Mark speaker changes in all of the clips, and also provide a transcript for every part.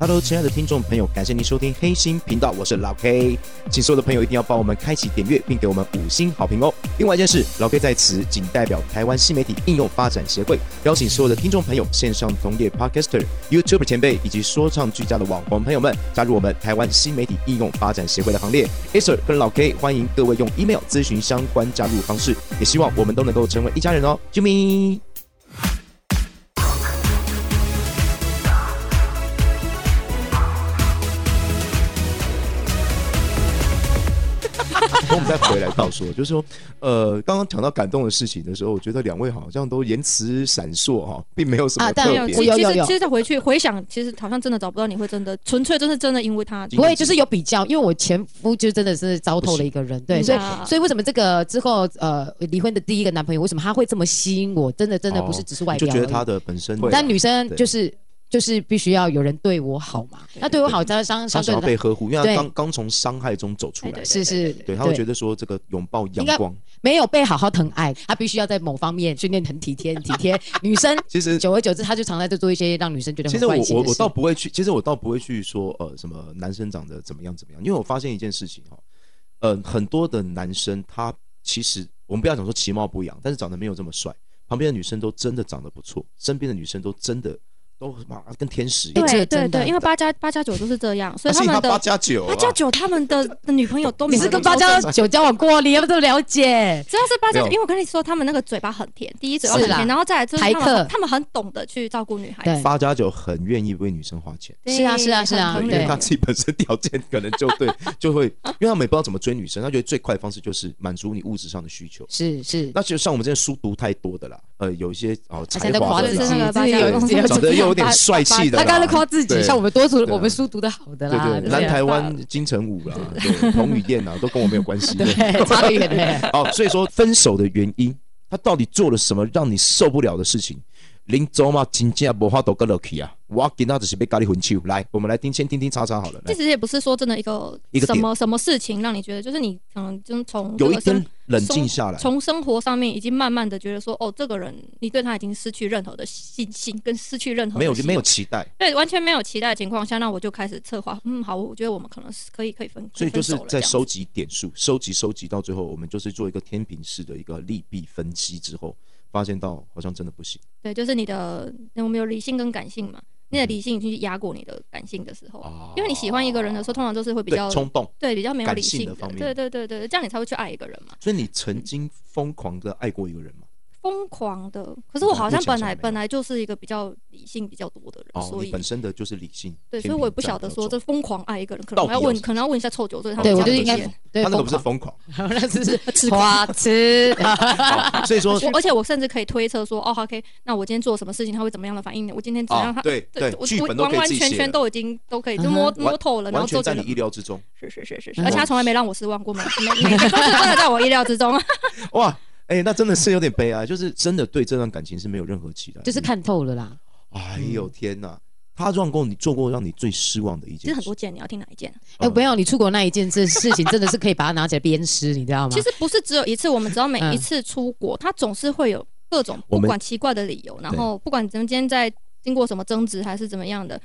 Speaker 1: Hello，亲爱的听众朋友，感谢您收听黑心频道，我是老 K。请所有的朋友一定要帮我们开启点阅，并给我们五星好评哦。另外一件事，老 K 在此仅代表台湾新媒体应用发展协会，邀请所有的听众朋友、线上同业 Podcaster、YouTuber 前辈以及说唱俱佳的网红朋友们，加入我们台湾新媒体应用发展协会的行列。A Sir 跟老 K 欢迎各位用 email 咨询相关加入方式，也希望我们都能够成为一家人哦。啾咪！我们再回来到说，就是说，呃，刚刚讲到感动的事情的时候，我觉得两位好像都言辞闪烁哈，并没有什么
Speaker 2: 啊
Speaker 1: 特
Speaker 2: 但
Speaker 3: 没
Speaker 1: 别
Speaker 3: 有，
Speaker 2: 别
Speaker 3: 其
Speaker 2: 有
Speaker 3: 其
Speaker 2: 有
Speaker 3: 实
Speaker 2: 有
Speaker 3: 其实再回去回想，其实好像真的找不到你会真的纯粹，真是真的因为他
Speaker 1: 今
Speaker 2: 不会，就是有比较，因为我前夫就真的是糟透了一个人，对，
Speaker 3: 嗯
Speaker 2: 所以
Speaker 3: 啊
Speaker 2: 所以为什么这个之后呃离婚的第一个男朋友，为什么他会这么吸引我？真的真的不是只是外
Speaker 1: 哦就
Speaker 2: 表而已，
Speaker 1: 觉得他的本身，
Speaker 2: 但女生
Speaker 1: 对
Speaker 2: 就是就是必须要有人对我好嘛，那对我好，加上
Speaker 1: 他
Speaker 2: 相
Speaker 1: 想
Speaker 2: 对
Speaker 1: 要
Speaker 2: 的
Speaker 1: 被呵护，因为他
Speaker 2: 对
Speaker 1: 刚刚从伤害中走出来
Speaker 3: 哎，
Speaker 2: 是是，
Speaker 1: 对，他会觉得说这个拥抱阳
Speaker 2: 应该
Speaker 1: 光，
Speaker 2: 没有被好好疼爱，他必须要在某方面训练很体贴很体 贴。女生
Speaker 1: 其实。
Speaker 2: 久而久之，他就常在做一些让女生觉得
Speaker 1: 其
Speaker 2: 很
Speaker 1: 实我
Speaker 2: 关心
Speaker 1: 我
Speaker 2: 的
Speaker 1: 我
Speaker 2: 事。
Speaker 1: 倒不会去，其实我倒不会去说呃什么男生长得怎么样怎么样，因为我发现一件事情哈，呃很多的男生他其实我们不要讲说其貌不扬，但是长得没有这么帅，旁边的女生都真的长得不错，身边的女生都真的都妈跟天使一样，
Speaker 2: 哎这
Speaker 3: 对对
Speaker 2: 真的
Speaker 3: 对，因为八加八加九都是这样，所
Speaker 1: 但
Speaker 3: 以他
Speaker 1: 是
Speaker 3: 们
Speaker 1: 他八
Speaker 3: 的
Speaker 1: 加九啊，
Speaker 3: 八加九他们的的女朋友都没
Speaker 2: 你
Speaker 3: 有
Speaker 2: 是
Speaker 3: 那
Speaker 2: 跟
Speaker 3: 么
Speaker 2: 八加
Speaker 3: 优秀
Speaker 2: 九交往过，你要不都了解？
Speaker 3: 只要是八加
Speaker 1: 没有
Speaker 3: 九，因为我跟你说，他们那个嘴巴很甜，第一嘴巴
Speaker 2: 是
Speaker 3: 很
Speaker 2: 啦
Speaker 3: 甜，然后再来就是他
Speaker 2: 台客
Speaker 3: 们他们很懂得去照顾女孩子
Speaker 2: 对，
Speaker 1: 八加九很愿意为女生花钱。
Speaker 2: 是啊是啊是啊
Speaker 1: 对，
Speaker 3: 很疼
Speaker 1: 因
Speaker 3: 人
Speaker 1: 为他自己本身条件可能就对， 就会，因为他们也不知道怎么追女生，他觉得最快的方式就是满足你物质上的需求。
Speaker 2: 是是，
Speaker 1: 那就像我们这些书读太多的啦，呃，有一些哦才
Speaker 2: 他现在
Speaker 1: 华
Speaker 2: 夸
Speaker 1: 的
Speaker 2: 自己，
Speaker 3: 是那
Speaker 1: 啦，
Speaker 3: 个八
Speaker 2: 自己
Speaker 3: 加
Speaker 2: 有
Speaker 3: 九
Speaker 2: 自己有
Speaker 1: 长得又有点帅气的啦，
Speaker 2: 他刚才夸自己，
Speaker 1: 对
Speaker 2: 像我们多读
Speaker 1: 对啊
Speaker 2: 我们书读的好的啦，
Speaker 1: 对对，
Speaker 2: 不
Speaker 3: 对
Speaker 1: 南台湾金城武啦，对，彭于晏啊，都跟我没有关系。
Speaker 2: 对，差远 了。
Speaker 1: 好，所以说分手的原因，他到底做了什么让你受不了的事情？林州嘛，真正无法度跟落去啊！我今仔只是被咖喱混球。来，我们来听，先听听查查好了。
Speaker 3: 这
Speaker 1: 来，
Speaker 3: 其实也不是说真的一个
Speaker 1: 一个
Speaker 3: 什么什么事情让你觉得，就是你可能就是从这
Speaker 1: 有
Speaker 3: 个
Speaker 1: 一天
Speaker 3: 生
Speaker 1: 冷静下来，
Speaker 3: 从生活上面已经慢慢的觉得说，哦，这个人你对他已经失去任何的信心，跟失去任何的
Speaker 1: 没有
Speaker 3: 希望
Speaker 1: 没有期待，
Speaker 3: 对完全没有期待的情况下，那我就开始策划，嗯，好，我觉得我们可能是可以可以分，
Speaker 1: 所以就是
Speaker 3: 可分手了
Speaker 1: 在
Speaker 3: 这样
Speaker 1: 收集点数，收集收集到最后，我们就是做一个天平式的一个利弊分析之后，发现到好像真的不行
Speaker 3: 对，就是你的我们有理性跟感性嘛，你的理性已经去压过你的感性的时候，
Speaker 1: 啊
Speaker 3: 因为你喜欢一个人的时候，通常都是会比
Speaker 1: 对
Speaker 3: 较
Speaker 1: 冲动，
Speaker 3: 对比较没有
Speaker 1: 感
Speaker 3: 理
Speaker 1: 性
Speaker 3: 性
Speaker 1: 的方面
Speaker 3: 对对对对，这样你才会去爱一个人嘛。
Speaker 1: 所以你曾经疯狂的爱过一个人吗？
Speaker 3: 疯狂的，可是我好
Speaker 1: 目
Speaker 3: 像
Speaker 1: 前
Speaker 3: 本
Speaker 1: 是还
Speaker 3: 来
Speaker 1: 没有
Speaker 3: 本来就是一个比较理性比较多的人，
Speaker 1: 哦，
Speaker 3: 嗯所
Speaker 1: 你
Speaker 3: 以
Speaker 1: 本身的就是理性，
Speaker 3: 对，
Speaker 1: 天
Speaker 3: 所以我也
Speaker 1: 平
Speaker 3: 不晓得
Speaker 1: 占比较
Speaker 3: 说
Speaker 1: 重
Speaker 3: 这疯狂爱一个人，可
Speaker 1: 到
Speaker 3: 能
Speaker 1: 底
Speaker 3: 我要问
Speaker 1: 有，
Speaker 3: 可能要问一下臭九岁他
Speaker 2: 对，
Speaker 3: 们家
Speaker 2: 我就
Speaker 3: 的
Speaker 2: 应该
Speaker 3: 意见
Speaker 2: 对
Speaker 1: 他那个
Speaker 2: 疯
Speaker 1: 不是
Speaker 2: 狂，
Speaker 1: 疯狂，
Speaker 2: 那 是是
Speaker 3: 吃
Speaker 2: 花痴，哎
Speaker 1: 好所以说
Speaker 3: 我而且我甚至可以推测说，哦好，OK，那我今天做什么事情，他会怎么样的反应呢？我今天怎样，
Speaker 1: 啊
Speaker 3: 他，
Speaker 1: 对对，
Speaker 3: 我
Speaker 1: 剧
Speaker 3: 我
Speaker 1: 本都
Speaker 3: 完
Speaker 1: 可以
Speaker 3: 完
Speaker 1: 自己
Speaker 3: 全
Speaker 1: 写
Speaker 3: 全
Speaker 1: 了，
Speaker 3: 都已经都可以，就摸
Speaker 1: 嗯哼
Speaker 3: 摸透了，然
Speaker 1: 完
Speaker 3: 后
Speaker 1: 全
Speaker 3: 就
Speaker 1: 在
Speaker 3: 觉
Speaker 1: 你
Speaker 3: 得
Speaker 1: 意料之中。
Speaker 3: 是是是是是，
Speaker 2: 嗯
Speaker 3: 而且他从来没让我失望过，每每每个都是真的在我意料之中。啊
Speaker 1: 哇，哎，那真的是有点悲哀， 就是真的对这段感情是没有任何期待，
Speaker 2: 就是，看透了啦。
Speaker 1: 哎呦天哪，他让过你做过让你最失望的一
Speaker 3: 其
Speaker 1: 件事，
Speaker 3: 实很多件，你要听哪一啊件？
Speaker 1: 嗯
Speaker 2: 哎、
Speaker 1: 呃
Speaker 2: 不要你出国那一件这事情，真的是可以把它拿起来鞭尸，你知道吗？
Speaker 3: 其实不是只有一次，我们只要每
Speaker 2: 嗯
Speaker 3: 一次出国，他总是会有各种
Speaker 1: 我
Speaker 3: 不
Speaker 1: 们
Speaker 3: 管奇怪的理由，然后不管你们今天在经过什么争执还是怎么样的，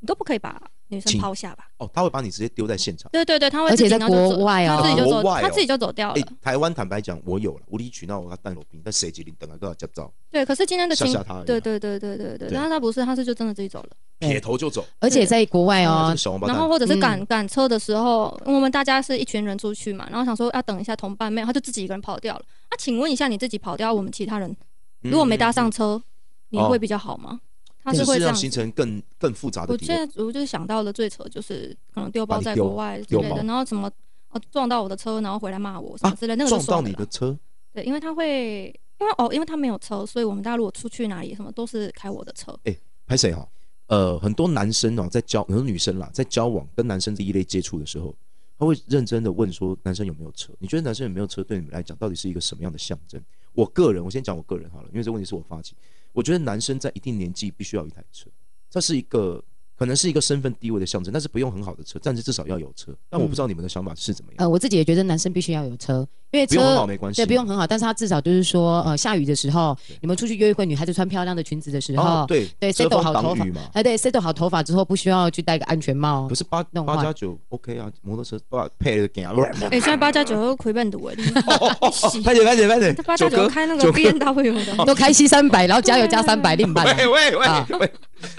Speaker 3: 你都不可以把女生
Speaker 1: 请
Speaker 3: 抛下吧？
Speaker 1: 哦，他会把你直接丢在现场。
Speaker 3: 对对对，他会
Speaker 2: 而且
Speaker 3: 自己
Speaker 2: 在
Speaker 3: 然后就走
Speaker 2: 国外哦
Speaker 3: 他自己就
Speaker 1: 国外
Speaker 3: 走，
Speaker 1: 哦
Speaker 3: 他自己就走掉
Speaker 1: 哎、
Speaker 3: 了。
Speaker 1: 台湾坦白讲，我有了无理取闹，我要带罗宾，但谁几零等啊都要驾照，
Speaker 3: 对，可是今天的
Speaker 1: 吓
Speaker 3: 情
Speaker 1: 吓他而已啊，
Speaker 3: 对对对对对对，
Speaker 1: 对
Speaker 3: 但是他不是，他是就真的自己走了。
Speaker 1: 撇头就走。
Speaker 2: 而且在国外
Speaker 1: 啊，这
Speaker 2: 哦
Speaker 1: 个，小王八
Speaker 3: 哎然后
Speaker 1: 蛋，
Speaker 3: 或者是
Speaker 2: 嗯
Speaker 3: 赶赶车的时候，我们大家是一群人出去嘛，然后想说要啊等一下同伴，没有，他就自己一个人跑掉了。那、请问一下，你自己跑掉，我们其他人
Speaker 1: 嗯
Speaker 3: 如果没搭上车，你
Speaker 1: 哦
Speaker 3: 会比较好吗？他
Speaker 1: 嗯，只
Speaker 3: 是会
Speaker 1: 是
Speaker 3: 这样
Speaker 1: 让
Speaker 3: 子
Speaker 1: 形。成更更复杂的
Speaker 3: 我
Speaker 1: 敌
Speaker 3: 现
Speaker 1: 人。
Speaker 3: 在我就是想到了最扯，就是可能丢
Speaker 1: 把
Speaker 3: 包
Speaker 1: 你
Speaker 3: 在
Speaker 1: 丢
Speaker 3: 国外之类
Speaker 1: 丢包
Speaker 3: 的，然后什么哦撞到我的车，然后回来骂我什
Speaker 1: 啊
Speaker 3: 么之类，那个就
Speaker 1: 撞
Speaker 3: 算
Speaker 1: 到
Speaker 3: 了
Speaker 1: 你
Speaker 3: 啦
Speaker 1: 的车，
Speaker 3: 对，因为他会。因为哦，因为他没有车，所以我们大家如果出去哪里什么都是开我的 车。
Speaker 1: 拍谁哈？呃，很多男生哦，在交很多女生啦，在交往跟男生这一类接触的时候，他会认真的问说，男生有没有车？你觉得男生有没有车对你们来讲到底是一个什么样的象征？我个人，我先讲我个人好了，因为这个问题是我发起。我觉得男生在一定年纪必须要有一台车，这是一个可可能是一个身份地位的象征，但是不用很好的车，但是至少要有车。但我不知道你们的想法是怎么样，
Speaker 2: 呃，我自己也觉得男生必须要有车，因为
Speaker 1: 不用很好
Speaker 2: 车
Speaker 1: 没关系，
Speaker 2: 对不用很好，但是他至少就是说，呃，下雨的时候
Speaker 1: 对，
Speaker 2: 你们出去约会，女孩子穿漂亮的裙子的时
Speaker 1: 哦
Speaker 2: 候，
Speaker 1: 对
Speaker 2: 对
Speaker 1: 遮
Speaker 2: ，set
Speaker 1: 风
Speaker 2: 好头
Speaker 1: 挡
Speaker 2: 发
Speaker 1: 雨嘛，
Speaker 2: 哎，对，set 好头发之后，不需要去戴个安全帽
Speaker 1: 可。是八
Speaker 2: 那种
Speaker 1: 八
Speaker 2: 话
Speaker 1: 加九 OK 啊，摩托车八配了给啊，
Speaker 3: 哎，现在八加九又亏半多哎，
Speaker 1: 拍点拍点拍点，
Speaker 3: 八
Speaker 1: 哦九
Speaker 3: 加九
Speaker 1: 哥，
Speaker 3: 开那
Speaker 1: 九哥
Speaker 3: 个 B N W 的，
Speaker 2: 都开西三百，然后加油加三百，另办啊。
Speaker 1: 喂喂
Speaker 2: 啊
Speaker 1: 喂喂，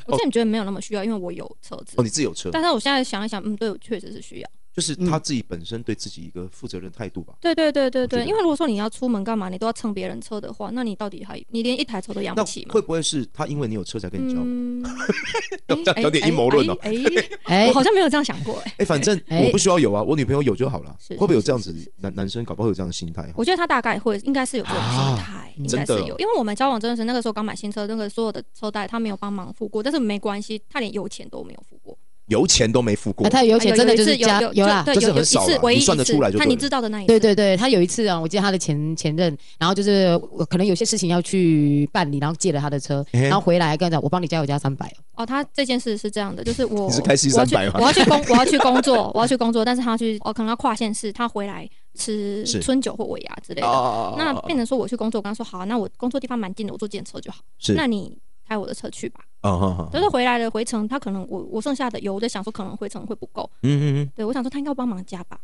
Speaker 3: 我之前觉得没有那么需要，因为我有车子
Speaker 1: 哦哦，，你自己有车，
Speaker 3: 但是我嗯现在想一想，嗯，对，我确实是需要。
Speaker 1: 就是他自己本身对自己一个负责任态度吧。
Speaker 3: 对对对对
Speaker 1: 我觉
Speaker 3: 对，
Speaker 1: 得
Speaker 3: 因为如果说你要出门干嘛，你都要蹭别人车的话，那你到底还你连一台车都养
Speaker 1: 那
Speaker 3: 不起吗
Speaker 1: 会？不会是他因为你有车才跟你交往？
Speaker 3: 嗯，
Speaker 1: 这样有点阴谋论哦
Speaker 3: 哎，哎哎
Speaker 2: 哎
Speaker 3: 我，好像没有这样想过 哎。
Speaker 1: 哎，反正
Speaker 2: 哎
Speaker 1: 我不需要有啊，我女朋友有就好了。
Speaker 3: 是
Speaker 1: 会不会有这样
Speaker 3: 是是
Speaker 1: 子
Speaker 3: 是
Speaker 1: 男男生搞不好有这样的心态？
Speaker 3: 我觉得他大概会应该是有这种心态，应该是
Speaker 1: 啊真的
Speaker 3: 有，因为我们交往真的是那个时候刚买新车，那个所有的车贷他没有帮忙付过，但是没关系，他连油钱都没有付过。
Speaker 1: 油钱都没付过
Speaker 2: 啊，，他有
Speaker 3: 而且
Speaker 2: 钱真的就是加
Speaker 3: 有
Speaker 2: 有啦。
Speaker 1: 但
Speaker 3: 对，
Speaker 1: 是
Speaker 3: 有有
Speaker 1: 很
Speaker 3: 一
Speaker 1: 少
Speaker 3: 次
Speaker 1: 啦，
Speaker 3: 唯一
Speaker 1: 你算得
Speaker 3: 一次
Speaker 1: 出来就
Speaker 3: 看
Speaker 1: 对
Speaker 3: 你
Speaker 1: 了
Speaker 3: 知道的那一次，
Speaker 2: 对对对，他有一次啊，我记得他的前前任，然后就是我可能有些事情要去办理，然后借了他的车，
Speaker 1: 嘿
Speaker 2: 然后回来跟他讲，我帮你加油加三百。
Speaker 3: 哦，他这件事是这样的，就是我
Speaker 1: 你是开西
Speaker 3: 我要去
Speaker 1: 300吗
Speaker 3: 我要去工我要去工作， 我要去工作，但是他去哦，可能要跨县市，他回来吃
Speaker 1: 是
Speaker 3: 春酒或尾牙之类的。
Speaker 1: 哦
Speaker 3: 那变成说我去工作，我跟他说好啊，那我工作地方蛮近的，我坐电车就好。
Speaker 1: 是
Speaker 3: 那你开我的车去吧。
Speaker 1: 啊哈哈，
Speaker 3: 但是回来的回程，他可能我我剩下的油，我在想说可能回程会不够，
Speaker 1: 嗯嗯嗯，
Speaker 3: 对我想说他应该帮忙加 吧。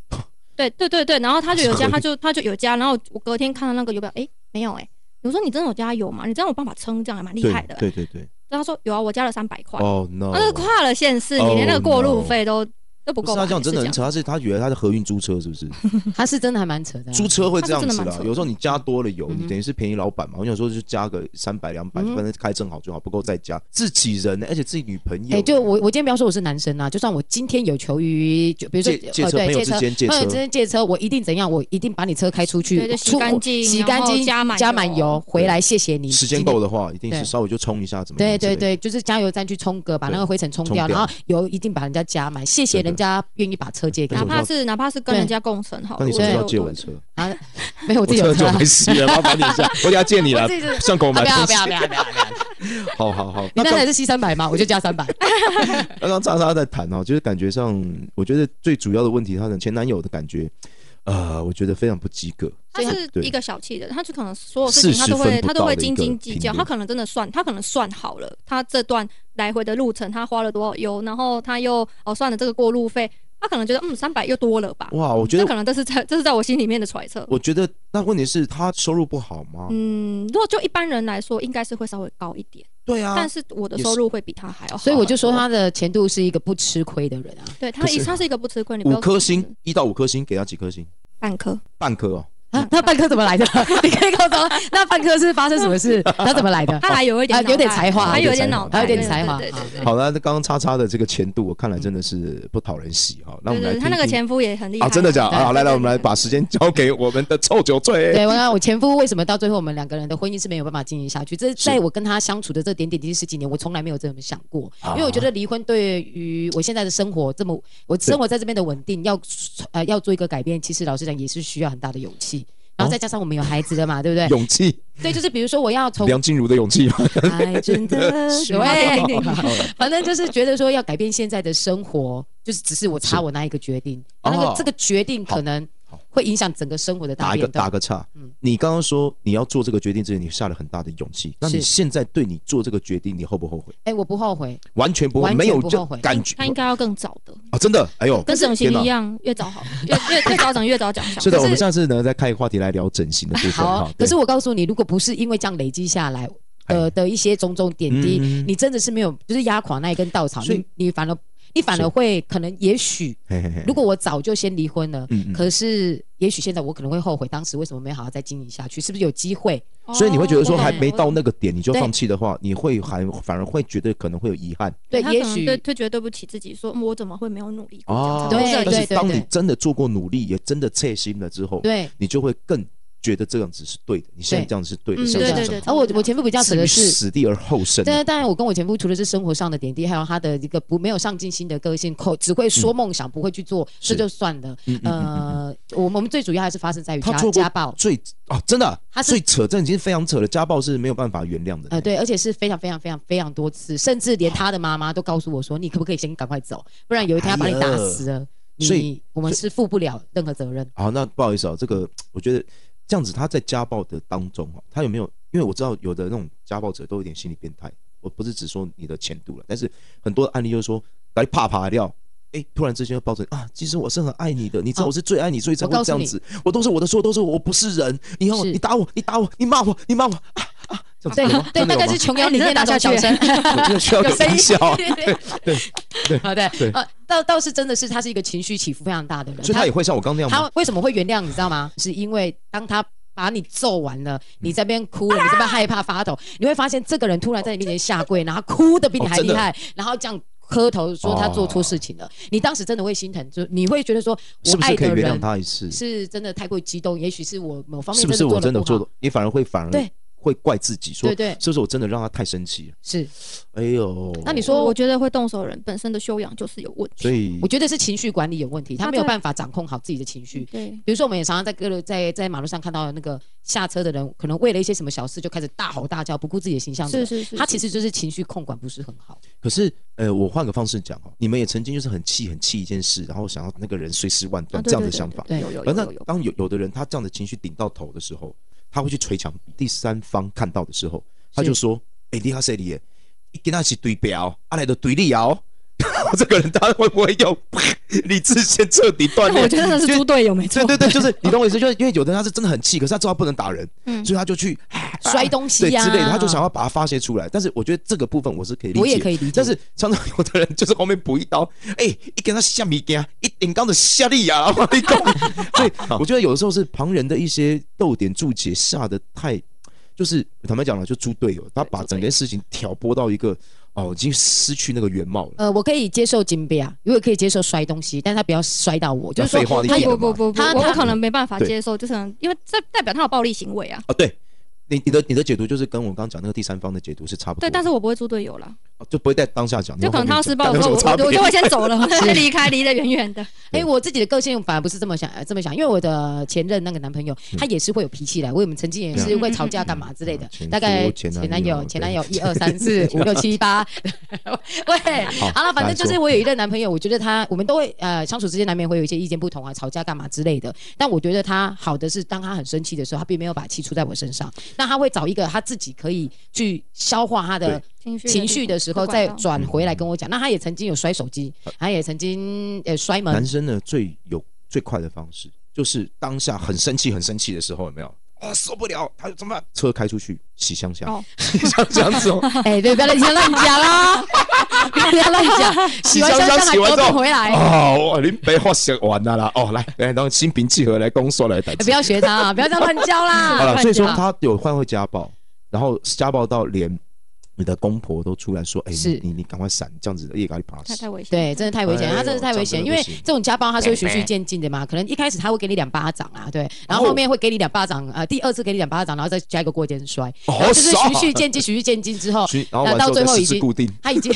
Speaker 3: 对对对对，然后他就有加，他就他就有加，然后我隔天看到那个油表，诶，没有诶。我说你真的有加油吗？你这样有办法撑，这样还蛮厉害的、
Speaker 1: 对对对对。
Speaker 3: 然后他说有啊，我加了三百块。
Speaker 1: 哦 no，
Speaker 3: 啊，那是跨了县市，你连那个过路费都都不
Speaker 1: 哦不
Speaker 3: 够
Speaker 1: 是啊
Speaker 3: 吧。
Speaker 1: 他这样真的很
Speaker 3: 是这
Speaker 1: 扯，他是他觉得他是合运租车是不是？
Speaker 2: 他是真的还蛮扯的啊。
Speaker 1: 租车会这样子
Speaker 3: 他是真的
Speaker 1: 啦
Speaker 3: 蛮，扯
Speaker 1: 有时候你加多了油，
Speaker 2: 嗯哼
Speaker 1: 你等于是便宜老板嘛。我想说就加个三百两百，
Speaker 2: 嗯哼
Speaker 1: 反正开正好就好，不够再加。自己人，而且自己女朋友，
Speaker 2: 哎、就我我今天不要说我是男生啊，就算我今天有求于，就比如说
Speaker 1: 借借
Speaker 2: 呃
Speaker 1: 车，朋
Speaker 2: 对
Speaker 1: 友
Speaker 2: 借
Speaker 1: 之
Speaker 2: 车。
Speaker 1: 间借
Speaker 2: 朋友
Speaker 1: 车
Speaker 2: 之，间借车，我一定怎样？我一定把你车开出去，
Speaker 3: 对就洗
Speaker 2: 出
Speaker 3: 干净
Speaker 2: 洗
Speaker 3: 然
Speaker 2: 干
Speaker 3: 后
Speaker 2: 净，
Speaker 3: 加满
Speaker 2: 加满
Speaker 3: 油
Speaker 2: 油，回来谢谢你。
Speaker 1: 时间
Speaker 2: 今天
Speaker 1: 够的话，一定是
Speaker 2: 对
Speaker 1: 稍微就冲一下，怎么
Speaker 2: 对
Speaker 1: 样之类
Speaker 2: 对
Speaker 1: 的
Speaker 2: 对，就是加油站去冲个，把
Speaker 1: 对
Speaker 2: 那个灰尘冲
Speaker 1: 冲
Speaker 2: 掉，
Speaker 1: 掉
Speaker 2: 然后油一定把人家加满，谢谢
Speaker 1: 对对
Speaker 2: 人家愿意把车借给
Speaker 1: 但
Speaker 3: 样
Speaker 1: 是
Speaker 3: 哪
Speaker 2: 我。
Speaker 3: 怕是哪怕是跟
Speaker 2: 对
Speaker 3: 人家共乘好了，
Speaker 1: 那你什
Speaker 3: 觉
Speaker 1: 么时候
Speaker 3: 得
Speaker 1: 要借我的
Speaker 3: 都
Speaker 1: 车？
Speaker 2: 啊，没有，我自己
Speaker 1: 车
Speaker 2: 有车
Speaker 1: 就
Speaker 2: 啊。
Speaker 1: 没事了，麻烦你一 下，我等下借你了
Speaker 2: 我自己就，
Speaker 1: 上狗
Speaker 2: 啊
Speaker 1: 买
Speaker 2: 不要
Speaker 1: 东
Speaker 2: 不
Speaker 1: 西。
Speaker 2: 要不要不要！不要
Speaker 1: 好好好，
Speaker 2: 你
Speaker 1: 那
Speaker 2: 那
Speaker 1: 刚
Speaker 2: 台是 C 三百吗？我就哦加三百。
Speaker 1: 刚刚莎莎在谈哦，就是感觉上，我觉得最主要的问题，她的前男友的感觉，呃，我觉得非常不及格。
Speaker 3: 他是
Speaker 1: 对
Speaker 3: 一个小气的，他就可能所有事情他都
Speaker 1: 40分
Speaker 3: 会
Speaker 1: 不
Speaker 3: 他都
Speaker 1: 到
Speaker 3: 会
Speaker 1: 的一
Speaker 3: 斤
Speaker 1: 个
Speaker 3: 斤计
Speaker 1: 频
Speaker 3: 较，
Speaker 1: 率
Speaker 3: 他可能真的算，他可能算好了，他这段来回的路程他花了多少油，然后他又哦算了这个过路费，他可能觉得嗯三百又多了吧，
Speaker 1: 哇，我觉
Speaker 3: 这
Speaker 1: 得，
Speaker 3: 可能这是在这是在我心里面的揣测。
Speaker 1: 我觉得，那问题是她收入不好吗？
Speaker 3: 嗯，如果就一般人来说，应该是会稍微高一点，
Speaker 1: 对啊，
Speaker 3: 但是我的
Speaker 1: 也
Speaker 3: 收
Speaker 1: 是
Speaker 3: 入会比他还要好。
Speaker 2: 所以我就说他的前度是一个不吃亏的人啊。
Speaker 3: 对他
Speaker 1: 可是
Speaker 3: 他是一个不吃亏，你不
Speaker 1: 五
Speaker 3: 要
Speaker 1: 颗
Speaker 3: 说是
Speaker 1: 星，一到五颗星，给她几颗星？
Speaker 3: 半颗。
Speaker 1: 半颗哦，
Speaker 2: 啊，那半颗怎么来的？ 你可以告诉我，那半颗是发生什么 事？他怎么来的？
Speaker 3: 他还有一
Speaker 2: 啊
Speaker 3: 点脑袋，
Speaker 2: 有点才华
Speaker 3: 还有一点脑袋，
Speaker 2: 还有点才华
Speaker 3: 对对对对对
Speaker 1: 好了，那刚刚叉叉的这个前度，我看来真的是不讨人喜哈。那我
Speaker 3: 对
Speaker 1: 们来
Speaker 3: 对，
Speaker 1: 听
Speaker 3: 他那个
Speaker 1: 听
Speaker 3: 前夫也很厉害
Speaker 1: 啊，真的假的？
Speaker 2: 对
Speaker 1: 啊，来来，
Speaker 3: 对
Speaker 1: 我们来把时间交给我们的臭酒醉。
Speaker 2: 对，我看我前夫为什么到最后我们两个人的婚姻是没有办法经营下去？这是在我跟他相处的这点点滴滴十几年，我从来没有这么想过，因为我觉得离婚对于我现在的生活这么，我生活在这边的稳定要呃要做一个改变，其实老实讲也是需要很大的勇气。然后再加上我们有孩子的嘛，对不对？
Speaker 1: 勇气，
Speaker 2: 对，就是比如说我要从
Speaker 1: 梁静茹的勇气吗？
Speaker 2: 爱哎真的
Speaker 3: 是吗
Speaker 2: 对，反正就是觉得说要改变现在的生活，就是只是我
Speaker 1: 是
Speaker 2: 差我那一个决定，
Speaker 1: 哦
Speaker 2: 那个这个决定可能
Speaker 1: 好
Speaker 2: 会影响整个生活的大
Speaker 1: 打一个
Speaker 2: 变动
Speaker 1: 打。个岔
Speaker 2: 嗯。
Speaker 1: 你刚刚说你要做这个决定之前，你下了很大的勇气。那你
Speaker 2: 是
Speaker 1: 现在对你做这个决定，你后不后悔？
Speaker 2: 哎，我不后悔，
Speaker 1: 完全不后悔，
Speaker 2: 完
Speaker 1: 没
Speaker 2: 全
Speaker 1: 有
Speaker 2: 不
Speaker 1: 这
Speaker 2: 后悔
Speaker 1: 感觉
Speaker 3: 他应该要更早的，
Speaker 1: 啊！真的，哎呦，
Speaker 3: 跟整形
Speaker 1: 天哪
Speaker 3: 一样，越早好，越越越早整越早讲。
Speaker 1: 是的，
Speaker 2: 可是
Speaker 1: 我们下次呢再开一个话题来聊整形的部分
Speaker 2: 好
Speaker 1: 哈
Speaker 2: 哦。。可
Speaker 1: 对
Speaker 2: 是我告诉你，如果不是因为这样累积下来，呃的一些种种点滴，
Speaker 1: 嗯
Speaker 2: 你真的是没有，就是压垮那一根稻草，
Speaker 1: 所以
Speaker 2: 你你反而你反
Speaker 1: 是
Speaker 2: 而会可能也许，
Speaker 1: 嘿嘿嘿
Speaker 2: 如果我早就先离婚了，
Speaker 1: 嗯嗯
Speaker 2: 可是也许现在我可能会后悔，当时为什么没好好再经营下去？是不是有机会？
Speaker 1: 所以你会觉得说
Speaker 3: 哦
Speaker 1: 还没到那个点你就
Speaker 2: 对
Speaker 1: 放弃的话，你会还反而会觉得可能会有遗憾
Speaker 2: 对，
Speaker 3: 他
Speaker 2: 也
Speaker 3: 可能
Speaker 2: 许
Speaker 3: 对，会觉得对不起自己，说嗯我怎么会没有努力过？
Speaker 1: 哦
Speaker 3: 这样才会
Speaker 2: 对
Speaker 3: 这
Speaker 1: 但
Speaker 3: 样
Speaker 1: 是
Speaker 2: 对
Speaker 1: 当你
Speaker 2: 对
Speaker 1: 真的做过努力，也真的切心了之后，
Speaker 2: 对。
Speaker 1: 你就会更觉得这样子是对的，你现在
Speaker 2: 对
Speaker 1: 这样子是对的，
Speaker 3: 嗯
Speaker 1: 像
Speaker 3: 对
Speaker 1: 这样
Speaker 3: 对
Speaker 1: 子
Speaker 3: 对
Speaker 2: 而我我前夫比较扯
Speaker 1: 置于
Speaker 2: 的是，
Speaker 1: 死地而后生。啊
Speaker 2: 但当然，我跟我前夫除了是生活上的点滴，还有他的一个不没有上进心的个性，口只会说梦想，不会去做，
Speaker 1: 是
Speaker 2: 这就算了。
Speaker 1: 嗯嗯嗯嗯嗯
Speaker 2: 呃，我们我们最主要还是发生在于
Speaker 1: 他
Speaker 2: 家
Speaker 1: 做过
Speaker 2: 家暴，
Speaker 1: 最哦，真的啊
Speaker 2: 他是
Speaker 1: 最扯，这已经非常扯了。家暴是没有办法原谅的。
Speaker 2: 呃，对，而且是非常非常非常非常多次，甚至连他的妈妈都告诉我说：“你可不可以先赶快走，不然有一天他把你打死了，
Speaker 1: 所
Speaker 2: 你
Speaker 1: 以
Speaker 2: 我们是负不了任何责任。
Speaker 1: 好，那不好意思啊、这个我觉得这样子，他在家暴的当中哦，他有没有？因为我知道有的那种家暴者都有点心理变态，我不是只说你的前度了，但是很多案例就是说，来啪啪掉。哎，突然之间就抱着你啊！其实我是很爱你的，你知道
Speaker 2: 哦
Speaker 1: 我是最爱你，所以才
Speaker 2: 我
Speaker 1: 会
Speaker 2: 告
Speaker 1: 这
Speaker 2: 诉
Speaker 1: 样
Speaker 2: 你
Speaker 1: 子。我都是我的错，都是我我不是人。你看我，
Speaker 2: 是
Speaker 1: 你打我，你打我，你骂我，你骂我啊啊！这样”子
Speaker 2: 对
Speaker 1: 有吗
Speaker 2: 对，
Speaker 1: 真的
Speaker 2: 大
Speaker 1: 有
Speaker 2: 概
Speaker 1: 吗
Speaker 2: 是琼瑶
Speaker 3: 哎
Speaker 2: 里面那种
Speaker 3: 你真
Speaker 2: 小
Speaker 3: 的打
Speaker 2: 声，
Speaker 1: 我这个需要有
Speaker 2: 有声
Speaker 1: 音
Speaker 2: 音
Speaker 1: 效 啊，
Speaker 2: 好的
Speaker 1: 对，
Speaker 2: 呃，倒倒是真的是他是一个情绪起伏非常大的人，
Speaker 1: 所以他也会像我刚那样吗？
Speaker 2: 他为什么会原谅你知道吗？是因为当他把你揍完了，你这边哭了，你这边害怕发抖，
Speaker 1: 嗯
Speaker 2: 你会发现这个人突然在你面前下跪，然后哭的比你还厉
Speaker 1: 哦
Speaker 2: 害，然后这样。磕头说他做错事情了，你当时真的会心疼，就你会觉得说，我
Speaker 1: 是不
Speaker 2: 爱
Speaker 1: 是可以
Speaker 2: 的
Speaker 1: 原谅
Speaker 2: 人
Speaker 1: 他一次？
Speaker 2: 是真的太过激动，也许是我某方面
Speaker 1: 是不是我真
Speaker 2: 真
Speaker 1: 的
Speaker 2: 的
Speaker 1: 做
Speaker 2: 做
Speaker 1: 的
Speaker 2: 的？
Speaker 1: 你反而会反而
Speaker 2: 对
Speaker 1: 会怪自己说，
Speaker 2: 对对
Speaker 1: 是不是我真的让他太生气了？
Speaker 2: 是，
Speaker 1: 哎呦，
Speaker 2: 那你
Speaker 3: 说
Speaker 2: 说
Speaker 3: 我
Speaker 2: 我
Speaker 3: 觉得会动手的人本身的修养就是有问题。
Speaker 1: 所以
Speaker 2: 我觉得是情绪管理有问题，他
Speaker 3: 他
Speaker 2: 没有
Speaker 3: 在
Speaker 2: 办法掌控好自己的情绪，
Speaker 3: 对，
Speaker 2: 比如说，我们也常常在各路在在马路上看到那个下车的人，可能为了一些什么小事就开始大吼大叫，不顾自己的形象的
Speaker 3: 是
Speaker 2: 人。
Speaker 3: 是是，
Speaker 2: 他其
Speaker 3: 实
Speaker 2: 实就是情绪控管不是很好。
Speaker 1: 可是呃，我换个方式讲哦，你们也曾经就是很气很气一件事，然后想要那个人碎尸万
Speaker 3: 啊
Speaker 1: 段这样的想法。
Speaker 2: 对
Speaker 3: 有有
Speaker 1: 而
Speaker 3: 有
Speaker 1: 那
Speaker 3: 有有，
Speaker 1: 当有有的人他这样的情绪顶到头的时候，他会去捶墙壁。第三方看到的时候，他就说：“哎，你好谁你？你跟他一起对标，阿来的对立啊哦。” 这个人他会不会 用理智先彻底断裂？
Speaker 3: 我觉得那是猪队友没错
Speaker 1: 对。对对，
Speaker 2: 哦
Speaker 1: 就是你懂我意思，就是因为有的人他是真的很气，可是他知道他不能打人，
Speaker 3: 嗯
Speaker 1: 所以他就去哎
Speaker 2: 摔东西啊呀
Speaker 1: 对之类的，他就想要把它发泄出来。但是我觉得这个部分我是可以理解，
Speaker 2: 我也可以理解
Speaker 1: 但是常常有的人就是后面补一刀，哎、一给他下米给一顶缸的下力呀、啊，我跟你 讲所以我觉得有的时候是旁人的一些逗点注解下的太，就是坦白讲了，就猪队友，他把整件事情挑拨到一个哦，已经失去那个原貌了。
Speaker 2: 呃，我可以接受金杯啊，因为可以接受摔东西，但他不要摔到我。就是
Speaker 1: 啊废话
Speaker 2: 说，
Speaker 1: 你
Speaker 2: 他
Speaker 1: 也
Speaker 2: 有
Speaker 1: 嘛
Speaker 3: 不不不不，
Speaker 2: 他
Speaker 3: 我
Speaker 2: 他
Speaker 3: 我可能没办法
Speaker 1: 对
Speaker 3: 接受，就是可能因为这代表他有暴力行为啊。
Speaker 1: 哦，对。你你的你的解读就是跟我刚刚讲那个第三方的解读是差不多
Speaker 3: 对，
Speaker 1: 的，
Speaker 3: 但是我不会猪队友啦，
Speaker 1: 哦就不会在当下讲，
Speaker 3: 就可能他要施暴
Speaker 1: 有
Speaker 3: 的时
Speaker 1: 什
Speaker 3: 候，
Speaker 1: 么
Speaker 3: 我
Speaker 1: 差
Speaker 3: 我
Speaker 1: 别？
Speaker 3: 就会先走了，先 离开，离得远远的。
Speaker 2: 哎、我自己的个性反而不是这么想，呃这么想，因为我的前任那个男朋友，
Speaker 1: 嗯
Speaker 2: 他也是会有脾气来，我们曾经也是会吵架干嘛之类的
Speaker 1: 嗯嗯嗯，嗯
Speaker 2: 大概
Speaker 1: 前
Speaker 2: 前
Speaker 1: 夫
Speaker 2: 男友、
Speaker 1: 前
Speaker 2: 前
Speaker 1: 男
Speaker 2: 男
Speaker 1: 友
Speaker 2: 友一二三四五六七八， 喂，
Speaker 1: 好
Speaker 2: 好了，反正就
Speaker 1: 来
Speaker 2: 是
Speaker 1: 说
Speaker 2: 我有一任男朋友，我觉得他我们都会呃相处之间难免会有一些意见不同啊，吵架干嘛之类的。但我觉得他好的是，当他很生气的时候，他并没有把气出在我身上，那他会找一个他自己可以去消化他的
Speaker 1: 对
Speaker 3: 情绪
Speaker 2: 情绪的时候，再
Speaker 3: 管道
Speaker 2: 转回来跟我讲。那他也曾经有摔手机，他也曾经呃摔门
Speaker 1: 男，生呢最有最快的方式，就是当下很生气、很生气的时候，有没有？啊，受不了！他就怎么办？车开出去，洗香香，
Speaker 3: 哦
Speaker 1: 洗香香 之后，
Speaker 2: 哎，对，不要乱讲乱讲 啦，不要乱讲，洗完香还
Speaker 1: 洗完
Speaker 2: 得
Speaker 1: 之后
Speaker 2: 病回来。
Speaker 1: 哦，哇，林北话写完了啦。哦，来，来，当心平气和来公说来谈。
Speaker 2: 哎不要学他啊！不要这样乱教啦！
Speaker 1: 好了，
Speaker 2: 乱
Speaker 1: 所以说
Speaker 2: 教
Speaker 1: 他有换会家暴，然后家暴到连你的公婆都出来说：“哎，
Speaker 2: 是
Speaker 1: 你你你赶快闪，这样子夜咖喱爬
Speaker 3: 太
Speaker 1: 死。
Speaker 3: 太危险。
Speaker 2: 对，真的太危险，
Speaker 1: 哎呦
Speaker 2: 他真的太危险，
Speaker 1: 这样真的
Speaker 2: 因为
Speaker 1: 不行
Speaker 2: 这种家暴他是会循序渐进的嘛，可能一开始他会给你两巴掌啊，对，然后
Speaker 1: 哦
Speaker 2: 后面会给你两巴掌，呃，第二次给你两巴掌，然后再加一个过肩摔，
Speaker 1: 哦
Speaker 2: 然后就是
Speaker 1: 爽
Speaker 2: 循序渐进，循序渐进之后
Speaker 1: 去”，然后
Speaker 2: 那
Speaker 1: 完之
Speaker 2: 到
Speaker 1: 后
Speaker 2: 最
Speaker 1: 再
Speaker 2: 后
Speaker 1: 十
Speaker 2: 已
Speaker 1: 字
Speaker 2: 经
Speaker 1: 固 定，
Speaker 2: 他已经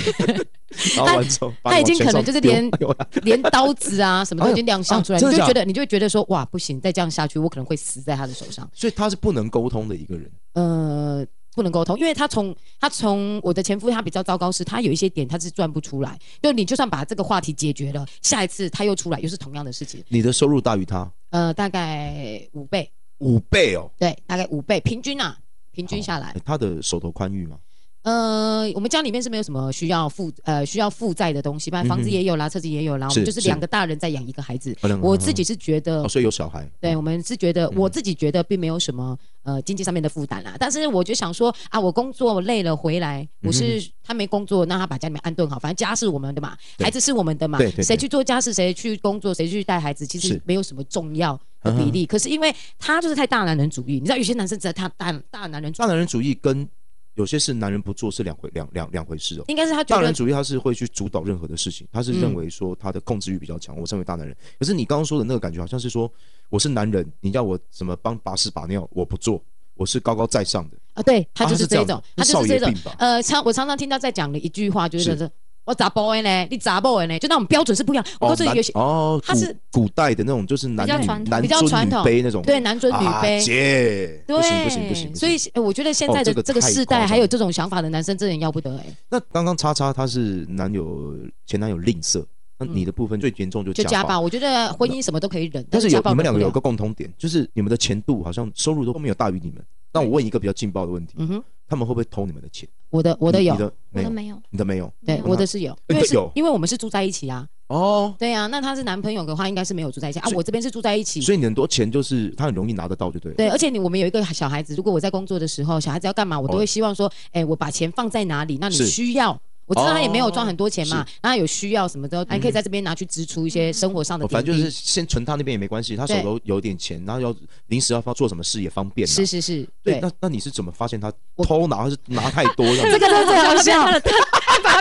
Speaker 1: 然后完之后把
Speaker 2: 他
Speaker 1: 你
Speaker 2: 已经
Speaker 1: 往前
Speaker 2: 可能
Speaker 1: 上
Speaker 2: 就是
Speaker 1: 丢
Speaker 2: 连
Speaker 1: 哎呦哎
Speaker 2: 连刀 子啊什么
Speaker 1: 哎
Speaker 2: 都
Speaker 1: 呦
Speaker 2: 已经亮相出
Speaker 1: 啊
Speaker 2: 来，你
Speaker 1: 真
Speaker 2: 就
Speaker 1: 的假
Speaker 2: 会
Speaker 1: 的
Speaker 2: 觉得你就会觉得说哇不行，再这样下去我可能会死在他的手上，
Speaker 1: 所以他是不能沟通的一个人。
Speaker 2: 呃。不能沟通，因为他从他从我的前夫，他比较糟糕是，他有一些点他是转不出来，就你就算把这个话题解决了，下一次他又出来，又是同样的事情。
Speaker 1: 你的收入大于他
Speaker 2: 呃，大概五倍，
Speaker 1: 五倍哦，
Speaker 2: 对，大概五倍，平均啊，平均下来
Speaker 1: 好，他的手头宽裕嘛，
Speaker 2: 呃，我们家里面是没有什么需要负呃需要负债的东西吧，
Speaker 1: 嗯
Speaker 2: 房子
Speaker 1: 哼
Speaker 2: 也有啦，车子也有啦，我们
Speaker 1: 是
Speaker 2: 就是
Speaker 1: 是
Speaker 2: 两个大人在养一个孩子
Speaker 1: 哦两。个
Speaker 2: 我自己是觉得
Speaker 1: 哦，，所以有小孩，
Speaker 2: 对我们是觉
Speaker 1: 嗯
Speaker 2: 得，我自己觉得并没有什么呃经济上面的负担啦。但是我就想说啊，我工作累了
Speaker 1: 嗯
Speaker 2: 回来，我是他没工作，那他把家里面安顿好，反正家是我们的嘛，
Speaker 1: 对
Speaker 2: 孩子是我们的嘛
Speaker 1: 对对对，
Speaker 2: 谁去做家事，谁去工作，谁去带孩子，其
Speaker 1: 是嗯
Speaker 2: 实没有什么重要的比例。可是因为他就是太大男人主义，你知道有些男生实在太大大男人主义
Speaker 1: 大男人主义跟有些事男人不做是两回两两两回事哦。
Speaker 2: 应该是他觉
Speaker 1: 大
Speaker 2: 得嗯
Speaker 1: 男主义他是会去主导任何的事情，他是认为说他的控制欲比较强。我身为大男人，可是你刚刚说的那个感觉好像是说我是男人，你要我怎么帮把屎把尿，我不做，我是高高在上的。
Speaker 2: 啊，对他
Speaker 1: 啊
Speaker 2: 就是是
Speaker 1: 这
Speaker 2: 这
Speaker 1: 样
Speaker 2: 一种
Speaker 1: 子，
Speaker 2: 他就
Speaker 1: 少
Speaker 2: 是这
Speaker 1: 爷
Speaker 2: 种
Speaker 1: 病吧。
Speaker 2: 呃，常我常常听到在讲的一句话，就是
Speaker 1: 是
Speaker 2: 说我咋 boy 呢？你咋 boy 呢？就那种标准是不一样。我告诉你，
Speaker 1: 男
Speaker 2: 有些
Speaker 1: 哦，
Speaker 2: 他
Speaker 1: 古
Speaker 2: 是
Speaker 1: 古代的那种，就是男
Speaker 3: 比较
Speaker 1: 女
Speaker 3: 传统
Speaker 1: 男
Speaker 2: 比较
Speaker 1: 尊
Speaker 2: 传
Speaker 1: 女
Speaker 2: 统
Speaker 1: 卑那种，
Speaker 2: 对男尊女
Speaker 1: 啊
Speaker 2: 卑，
Speaker 1: 姐，不行不行不行不
Speaker 2: 对，
Speaker 1: 行。
Speaker 2: 所以呃我觉得现
Speaker 1: 哦
Speaker 2: 在的
Speaker 1: 这个
Speaker 2: 这个
Speaker 1: 太
Speaker 2: 世
Speaker 1: 夸
Speaker 2: 代
Speaker 1: 张
Speaker 2: 还有
Speaker 1: 了
Speaker 2: 这种想法的男生，真的要不得哎，
Speaker 1: 那刚刚叉叉他是男友前男友吝啬，那
Speaker 2: 嗯
Speaker 1: 你的部分最严重就
Speaker 2: 就家
Speaker 1: 暴
Speaker 2: 暴。。我觉得婚姻什么都可以忍，
Speaker 1: 但是有
Speaker 2: 家暴
Speaker 1: 你们两
Speaker 2: 忍不
Speaker 1: 个有
Speaker 2: 了
Speaker 1: 个共同点，就是你们的钱度好像收入都没有大于你们。那我问一个比较劲爆的问题，
Speaker 2: 嗯哼，
Speaker 1: 他们会不会偷你们的钱？
Speaker 2: 我的我的
Speaker 1: 你
Speaker 2: 有
Speaker 1: 你，的没有，
Speaker 3: 我的没有，
Speaker 1: 你的没有。
Speaker 2: 对
Speaker 3: 嗯
Speaker 2: 我的是有，
Speaker 1: 嗯
Speaker 2: 因为是
Speaker 1: 有
Speaker 2: 因为我们是住在一起啊，
Speaker 1: 哦，
Speaker 2: 对啊，那他是男朋友的话，应该是没有住在一起啊
Speaker 1: 所，以
Speaker 2: 我这边是住在一起，
Speaker 1: 所以你很多钱就是他很容易拿得到，就对了。
Speaker 2: 对，而且你我们有一个小孩子，如果我在工作的时候，小孩子要干嘛，我都
Speaker 1: 哦
Speaker 2: 会希望说，哎、我把钱放在哪里？那你
Speaker 1: 是
Speaker 2: 需要。我知道他也没有赚很多钱
Speaker 1: 哦
Speaker 2: 嘛，那、有需要什么的，还可以在这边拿去支出一些生活上的
Speaker 1: 哦
Speaker 2: 点
Speaker 1: 反
Speaker 2: 滴、
Speaker 1: 正就是先存他那边也没关系，他手
Speaker 2: 对
Speaker 1: 头有点钱，然后要临时要放做什么事也方便啊。
Speaker 2: 是是是，
Speaker 1: 对，
Speaker 2: 对，
Speaker 1: 那那你是怎么发现他
Speaker 2: 我
Speaker 1: 偷拿，还是拿太多这样
Speaker 2: 这
Speaker 1: 子？
Speaker 2: 个真的最好笑。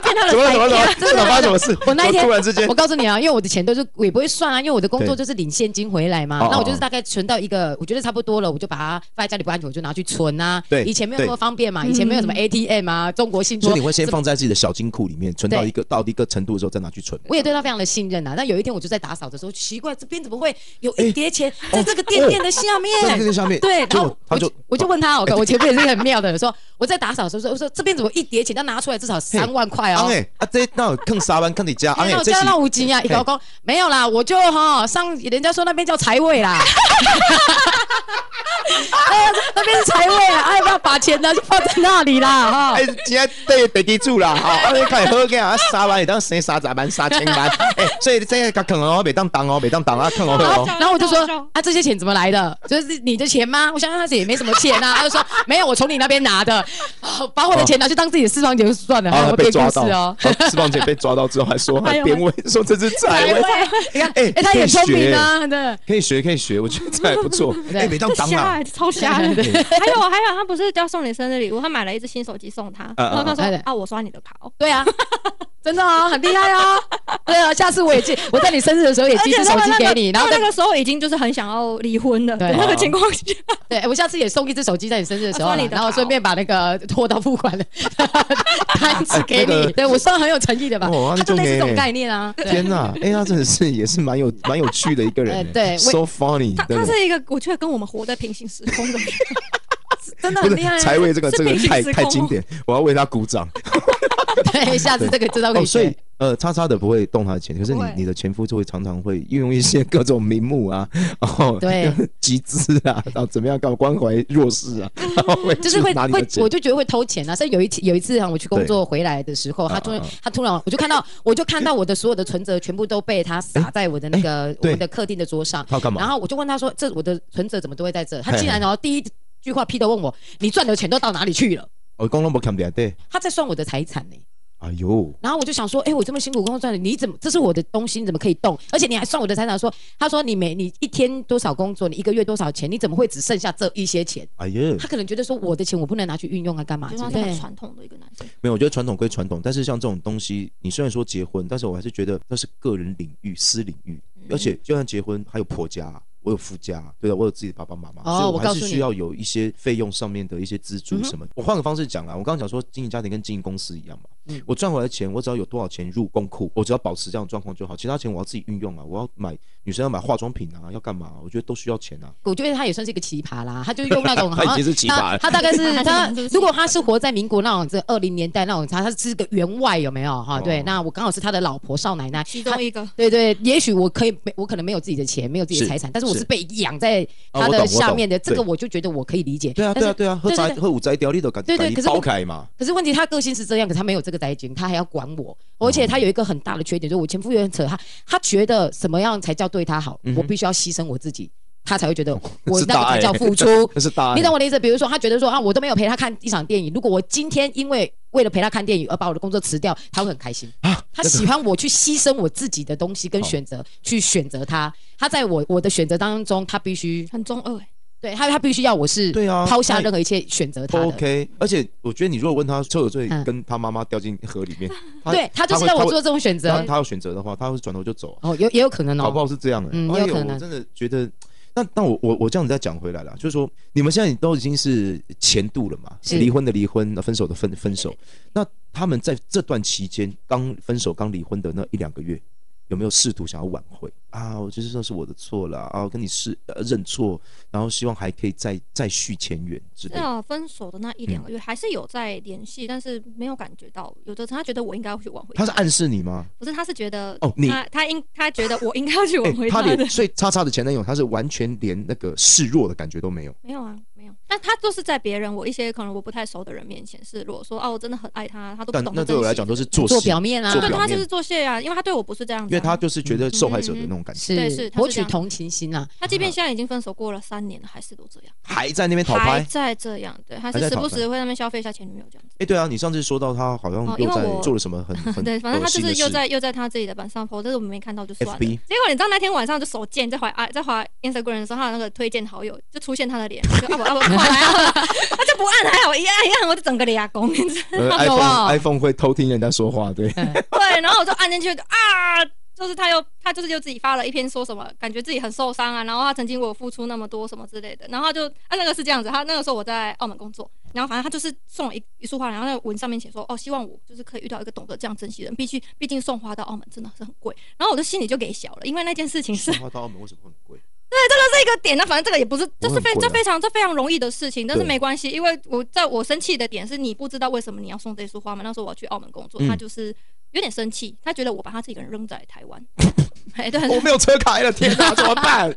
Speaker 1: 怎么了怎么了怎么了？
Speaker 2: 真的
Speaker 1: 怎么发生什么事？
Speaker 2: 我那一天
Speaker 1: 突然之间
Speaker 2: 我，告诉你啊，因为我的钱都是我也不会算啊，因为我的工作
Speaker 1: 对
Speaker 2: 就是领现金回来嘛
Speaker 1: 哦哦，
Speaker 2: 那我就是大概存到一个，我觉得差不多了，我就把它放在家里不安全，我就拿去存啊。
Speaker 1: 对
Speaker 2: 以前没有那么
Speaker 1: 对
Speaker 2: 方便嘛，以前没有什么
Speaker 3: 嗯
Speaker 2: ATM 啊，中国信
Speaker 1: 所
Speaker 2: 托
Speaker 1: 以你，会先
Speaker 2: 这
Speaker 1: 放在自己的小金库里面，存到一个到一个程度的时候再拿去存。
Speaker 2: 我也对他非常的信任啊。但有一天我就在打扫的时候，奇怪这边怎么会有
Speaker 1: 哎
Speaker 2: 一叠钱在这个垫垫的下面？
Speaker 1: 在这个下面，
Speaker 2: 对，
Speaker 1: 结
Speaker 2: 然
Speaker 1: 果
Speaker 2: 后
Speaker 1: 他
Speaker 2: 我
Speaker 1: 就
Speaker 2: 就我就问他，我我前面也是很妙的，说我在打扫的时候说，我说这边怎么一叠钱，他拿出来至少三万块
Speaker 1: 昂
Speaker 2: 哦。
Speaker 1: 哎啊，这那坑沙湾坑你家昂
Speaker 2: 那
Speaker 1: 哎，
Speaker 2: 我
Speaker 1: 这
Speaker 2: 叫
Speaker 1: 是
Speaker 2: 那五金啊，一个工没有啦，我就哈上人家说那边叫财位啦，哎呀那边是财位啦，哎要不要把钱呢就放在那里啦哈
Speaker 1: 哎，。今天对得记住啦，好，我开始喝个啊，沙湾也当生沙杂班沙千班， 哎，所以这个坑哦，别当当哦，别当当啊，坑哦
Speaker 2: 然
Speaker 1: 哦
Speaker 2: 后，然后我就说
Speaker 3: 好笑好笑
Speaker 2: 啊，这些钱怎么来的？就是你的钱吗？我想想他自己也没什么钱啊，他就说没有，我从你那边拿的，哦把我的钱拿去当自己的私房钱就算了，还
Speaker 1: 然后
Speaker 2: 有
Speaker 1: 啊
Speaker 2: 我
Speaker 1: 被
Speaker 2: 被故
Speaker 1: 抓
Speaker 2: 事
Speaker 1: 到，
Speaker 2: 哦。
Speaker 1: 然后释放前被抓到之后还说
Speaker 3: 哎呦
Speaker 1: 边问说这是财位，
Speaker 2: 你看，
Speaker 1: 哎
Speaker 2: 哎，他
Speaker 1: 可以
Speaker 2: 也很聪
Speaker 1: 学
Speaker 2: 明啊，对。
Speaker 1: 可以学可以学，我觉得这还不 错，哎，别当当
Speaker 3: 瞎
Speaker 1: 啊，
Speaker 3: 欸，超瞎
Speaker 1: 对
Speaker 3: 的。还有还有，他不是要送你生日礼物，他买了一只新手机送他，
Speaker 1: 嗯
Speaker 3: 然后他说
Speaker 2: 嗯嗯
Speaker 3: 啊，我刷你的卡哦。
Speaker 2: 对啊，真的啊，很厉害啊！对啊，下次我也寄，我在你生日的时候也寄一只手机给你，然后
Speaker 3: 他
Speaker 2: 再
Speaker 3: 那个时候已经就是很想要离婚了，
Speaker 2: 对
Speaker 3: 那个情况下，
Speaker 2: 对哎我下次也送一只手机在你生日的时候
Speaker 3: 啊送
Speaker 2: 啦
Speaker 3: 你，的
Speaker 2: 然后顺便把那个拖到付 款的单子给
Speaker 1: 哎那
Speaker 2: 你
Speaker 1: 个。
Speaker 2: 对我算很有诚意的吧
Speaker 1: 哦？
Speaker 2: 他就类似这
Speaker 1: 那就给
Speaker 2: 种概念啊。对
Speaker 1: 天呐，哎，他真的是也是蛮有蛮有趣的一个人
Speaker 2: 呃
Speaker 1: 欸，
Speaker 2: 对
Speaker 1: ，so funny，
Speaker 3: 他
Speaker 1: 真的
Speaker 3: 他是一个，我觉得跟我们活在平行时空的人，
Speaker 2: 真的
Speaker 1: 不
Speaker 2: 很
Speaker 1: 是
Speaker 2: 厉害啊。
Speaker 1: 财位这个
Speaker 3: 是
Speaker 1: 这个
Speaker 3: 平行
Speaker 1: 太
Speaker 3: 时
Speaker 1: 太
Speaker 3: 空
Speaker 1: 经
Speaker 3: 哦
Speaker 1: 典，我要为他鼓掌。
Speaker 2: 对，下次这个知道可
Speaker 1: 哦，
Speaker 2: 以
Speaker 1: 所以
Speaker 2: 学。
Speaker 1: 呃，叉叉的不会动他的钱，可是你
Speaker 3: 不会
Speaker 1: 你的前夫就会常常会运用一些各种名目啊， 然后
Speaker 2: 对
Speaker 1: 集资啊， 然后怎么样干关怀弱势啊，然后会
Speaker 2: 就是会
Speaker 1: 去拿你
Speaker 2: 会
Speaker 1: 的，钱
Speaker 2: 我就觉得会偷钱啊！所以有一次有一次啊，我去工作回来的时候，
Speaker 1: 对
Speaker 2: 他突然
Speaker 1: 啊啊
Speaker 2: 他突然我就看到我就看到我的所有的存折全部都被他撒在我的那个我
Speaker 1: 哎对
Speaker 2: 们的客厅的桌上。
Speaker 1: 他要干
Speaker 2: 然
Speaker 1: 嘛？
Speaker 2: 后我就问他说：“这我的存折怎么都会在这？”他
Speaker 1: 嘿
Speaker 2: 竟然然后第一句话劈头问我：“你赚的钱都到哪里去了
Speaker 1: 我哦公公不看不对，？”
Speaker 2: 他在算我的财产呢、
Speaker 1: 哎呦，
Speaker 2: 然后我就想说：“哎，我这么辛苦工作赚的，你怎么这是我的东西？你怎么可以动？而且你还算我的财产？”说他说：“你每你一天多少工作，你一个月多少钱？你怎么会只剩下这一些 钱？”
Speaker 1: 哎呦，
Speaker 2: 他可能觉得说我的钱我不能拿去运用啊，干嘛
Speaker 3: 就
Speaker 2: 之
Speaker 3: 是他
Speaker 2: 类
Speaker 3: 是很
Speaker 2: 的？
Speaker 3: 传统的一个男生。
Speaker 1: 没有，我觉得传统归传统，但是像这种东西，你虽然说结婚，但是我还是觉得那是个人领域、私领域，
Speaker 2: 嗯
Speaker 1: 而且就算结婚，还有婆家啊、我有夫家啊、对的，我有自己的爸爸妈妈，
Speaker 2: 哦
Speaker 1: 所以
Speaker 2: 我
Speaker 1: 还
Speaker 2: 告
Speaker 1: 是
Speaker 2: 诉你嗯
Speaker 1: 需要有一些费用上面的一些资助什么。我换个方式讲啦，我刚刚讲说经营家庭跟经营公司一样嘛，
Speaker 2: 嗯
Speaker 1: 我赚回来的钱，我只要有多少钱入公库，我只要保持这样的状况就好，其他钱我要自己运用啊，我要买女生要买化妆品啊，要干嘛啊、我觉得都需要钱啊。
Speaker 2: 我觉得他也算是一个奇葩啦，他就用啊那种
Speaker 1: 他
Speaker 2: 好
Speaker 1: 已
Speaker 2: 像
Speaker 1: 经是奇葩了
Speaker 2: 他他大概是
Speaker 3: 他
Speaker 2: 他
Speaker 3: 是不，是
Speaker 2: 如果他是活在民国那种这二零年代那种，他他是个员外有没有哈？
Speaker 1: 哦
Speaker 2: 对，那我刚好是他的老婆少奶奶，
Speaker 3: 其
Speaker 2: 他
Speaker 3: 中一个
Speaker 2: 对对，也许我可以没，我可能没有自己的钱，没有自己的
Speaker 1: 是
Speaker 2: 财产，但是我
Speaker 1: 是
Speaker 2: 是被养在
Speaker 1: 啊
Speaker 2: 他
Speaker 1: 我懂我
Speaker 2: 的
Speaker 1: 懂
Speaker 2: 下面的，这个
Speaker 1: 对
Speaker 2: 我就觉得我可以理解。
Speaker 1: 对啊，
Speaker 2: 但
Speaker 1: 对啊，
Speaker 2: 是
Speaker 1: 对啊，喝
Speaker 2: 对对
Speaker 1: 宅
Speaker 2: 对
Speaker 1: 喝五宅屌你都敢
Speaker 2: 对对
Speaker 1: 敢
Speaker 2: 可是
Speaker 1: 包
Speaker 2: 我
Speaker 1: 开嘛，
Speaker 2: 可是问题，他个性是这样，可是他没有这个宅精，他还要管我，
Speaker 1: 嗯
Speaker 2: 而且他有一个很大的缺点，就是我前夫也很扯，他他觉得什么样才叫对他好，
Speaker 1: 嗯哼
Speaker 2: 我必须要牺牲我自己，他才会觉得 我
Speaker 1: 是
Speaker 2: 那
Speaker 1: 大
Speaker 2: 个
Speaker 1: 爱
Speaker 2: 才叫付出。
Speaker 1: 那是大爱。
Speaker 2: 你懂我的意思？比如说，他觉得说啊，我都没有陪他看一场电影，如果我今天因为为了陪他看电影而把我的工作辞掉，他会很开心。
Speaker 1: 啊
Speaker 2: 他
Speaker 1: 那个
Speaker 2: 喜欢我去牺牲我自己的东西跟选择，去选择他。他在我我的选择当中，他必须
Speaker 3: 很中二欸，
Speaker 2: 对他，他必须要我是
Speaker 1: 对啊
Speaker 2: 抛下
Speaker 1: 那
Speaker 2: 任何一切选择他的。
Speaker 1: OK，而且我觉得你如果问他臭有罪
Speaker 2: 嗯
Speaker 1: 跟他妈妈掉进河里面， 他
Speaker 2: 对他就是
Speaker 1: 会
Speaker 2: 让我
Speaker 1: 会
Speaker 2: 做这种选
Speaker 1: 他
Speaker 2: 择。
Speaker 1: 他要选择的话，他会转头就走啊，
Speaker 2: 哦，有也有可能
Speaker 1: 搞不
Speaker 2: 哦。
Speaker 1: 好是这样哎、
Speaker 2: 嗯
Speaker 1: 哎
Speaker 2: 有
Speaker 1: 呦
Speaker 2: 可能
Speaker 1: 我真的觉得，那那我我我这样子再讲回来了，就是说你们现在都已经是前度了嘛，
Speaker 2: 是
Speaker 1: 离婚的离婚，分手的分分手，那他们在这段期间刚分手刚离婚的那一两个月。有没有试图想要挽回啊？我就是说是我的错了啊，我跟你是、呃、认错，然后希望还可以再再续前缘之类的。
Speaker 3: 是啊，分手的那一两个月还是有在联系，但是没有感觉到。有的他觉得我应该要去挽回，
Speaker 1: 他是暗示你吗？
Speaker 3: 不是他是觉得
Speaker 1: 哦你
Speaker 3: 他他应他觉得 我应该要去
Speaker 1: 哎、
Speaker 3: 挽回
Speaker 1: 他
Speaker 3: 的，
Speaker 1: 连所以叉叉的前男友，他是完全连那个示弱的感觉都没有。
Speaker 3: 没有啊，没有。但他都是在别人我一些可能我不太熟的人面前示弱，说哦、我真的很爱他，他都不
Speaker 1: 但
Speaker 3: 懂
Speaker 1: 那
Speaker 3: 得珍惜。
Speaker 1: 对我来讲都是做
Speaker 2: 做
Speaker 1: 戏，
Speaker 2: 表面啊
Speaker 1: 做，
Speaker 3: 对
Speaker 1: 表
Speaker 3: 他
Speaker 1: 面
Speaker 3: 就是做戏啊，因为他对我不是这样子
Speaker 1: 因
Speaker 3: 啊、
Speaker 1: 为他就是觉得受害者的那
Speaker 3: 嗯
Speaker 1: 种感觉，
Speaker 2: 是
Speaker 3: 对是他是
Speaker 2: 博
Speaker 3: 这
Speaker 2: 取
Speaker 3: 样
Speaker 2: 同情心啊。
Speaker 3: 他即便现在已经分手过了三年了，还是都这样，
Speaker 1: 还在那边讨
Speaker 3: 还
Speaker 1: 拍。
Speaker 3: 在这样，对，还
Speaker 1: 还
Speaker 3: 是
Speaker 1: 在
Speaker 3: 时
Speaker 1: 讨
Speaker 3: 不
Speaker 1: 拍
Speaker 3: 时会在那边消费一下前女友这样子。
Speaker 1: 哎，对啊，你上次说到他好像
Speaker 3: 哦
Speaker 1: 又
Speaker 3: 因为
Speaker 1: 在
Speaker 3: 我
Speaker 1: 做了什 么很很
Speaker 3: 嗯对，反正
Speaker 1: 恶
Speaker 3: 他就
Speaker 1: 心的
Speaker 3: 是又
Speaker 1: 事。
Speaker 3: 在又在他自己的板上 po，但是我们没看到就算了。
Speaker 1: FB
Speaker 3: 结果你知道那天晚上就手贱在滑啊在滑 Instagram 的时候，他的那个推荐好友就出现他的脸，就啊 不啊不，快来啊！他就不按，还好一按一按，我就整个啊俩 公，你知道
Speaker 1: 呃
Speaker 2: 有
Speaker 1: ，iPhone
Speaker 2: 啊
Speaker 1: iPhone 会偷听人家说话，对，
Speaker 3: 对，然后我就按进去啊，就是他又他就是又自己发了一篇说什么，感觉自己很受伤啊，然后他曾经为我付出那么多什么之类的，然后他就啊那个是这样子，他那个时候我在澳门工作，然后反正他就是送我一一束花，然后那个文上面写说哦，希望我就是可以遇到一个懂得这样珍惜的人，毕竟毕竟送花到澳门真的是很贵，然后我就心里就给小了，因为那件事情是
Speaker 1: 花到澳门为什么很贵？
Speaker 3: 这个点，那反正这个也不是，这是非
Speaker 1: 不会很贵啊
Speaker 3: 这非常这非常容易的事情，但是
Speaker 1: 对
Speaker 3: 没关系，因为我在我生气的点是你不知道为什么你要送这束花嘛。那时候我要去澳门工作，
Speaker 1: 嗯
Speaker 3: 他就是有点生气，他觉得我把他自己一个人扔在台 湾，哎，对
Speaker 1: 我没有车开了，天 哪，怎么办？
Speaker 3: 哎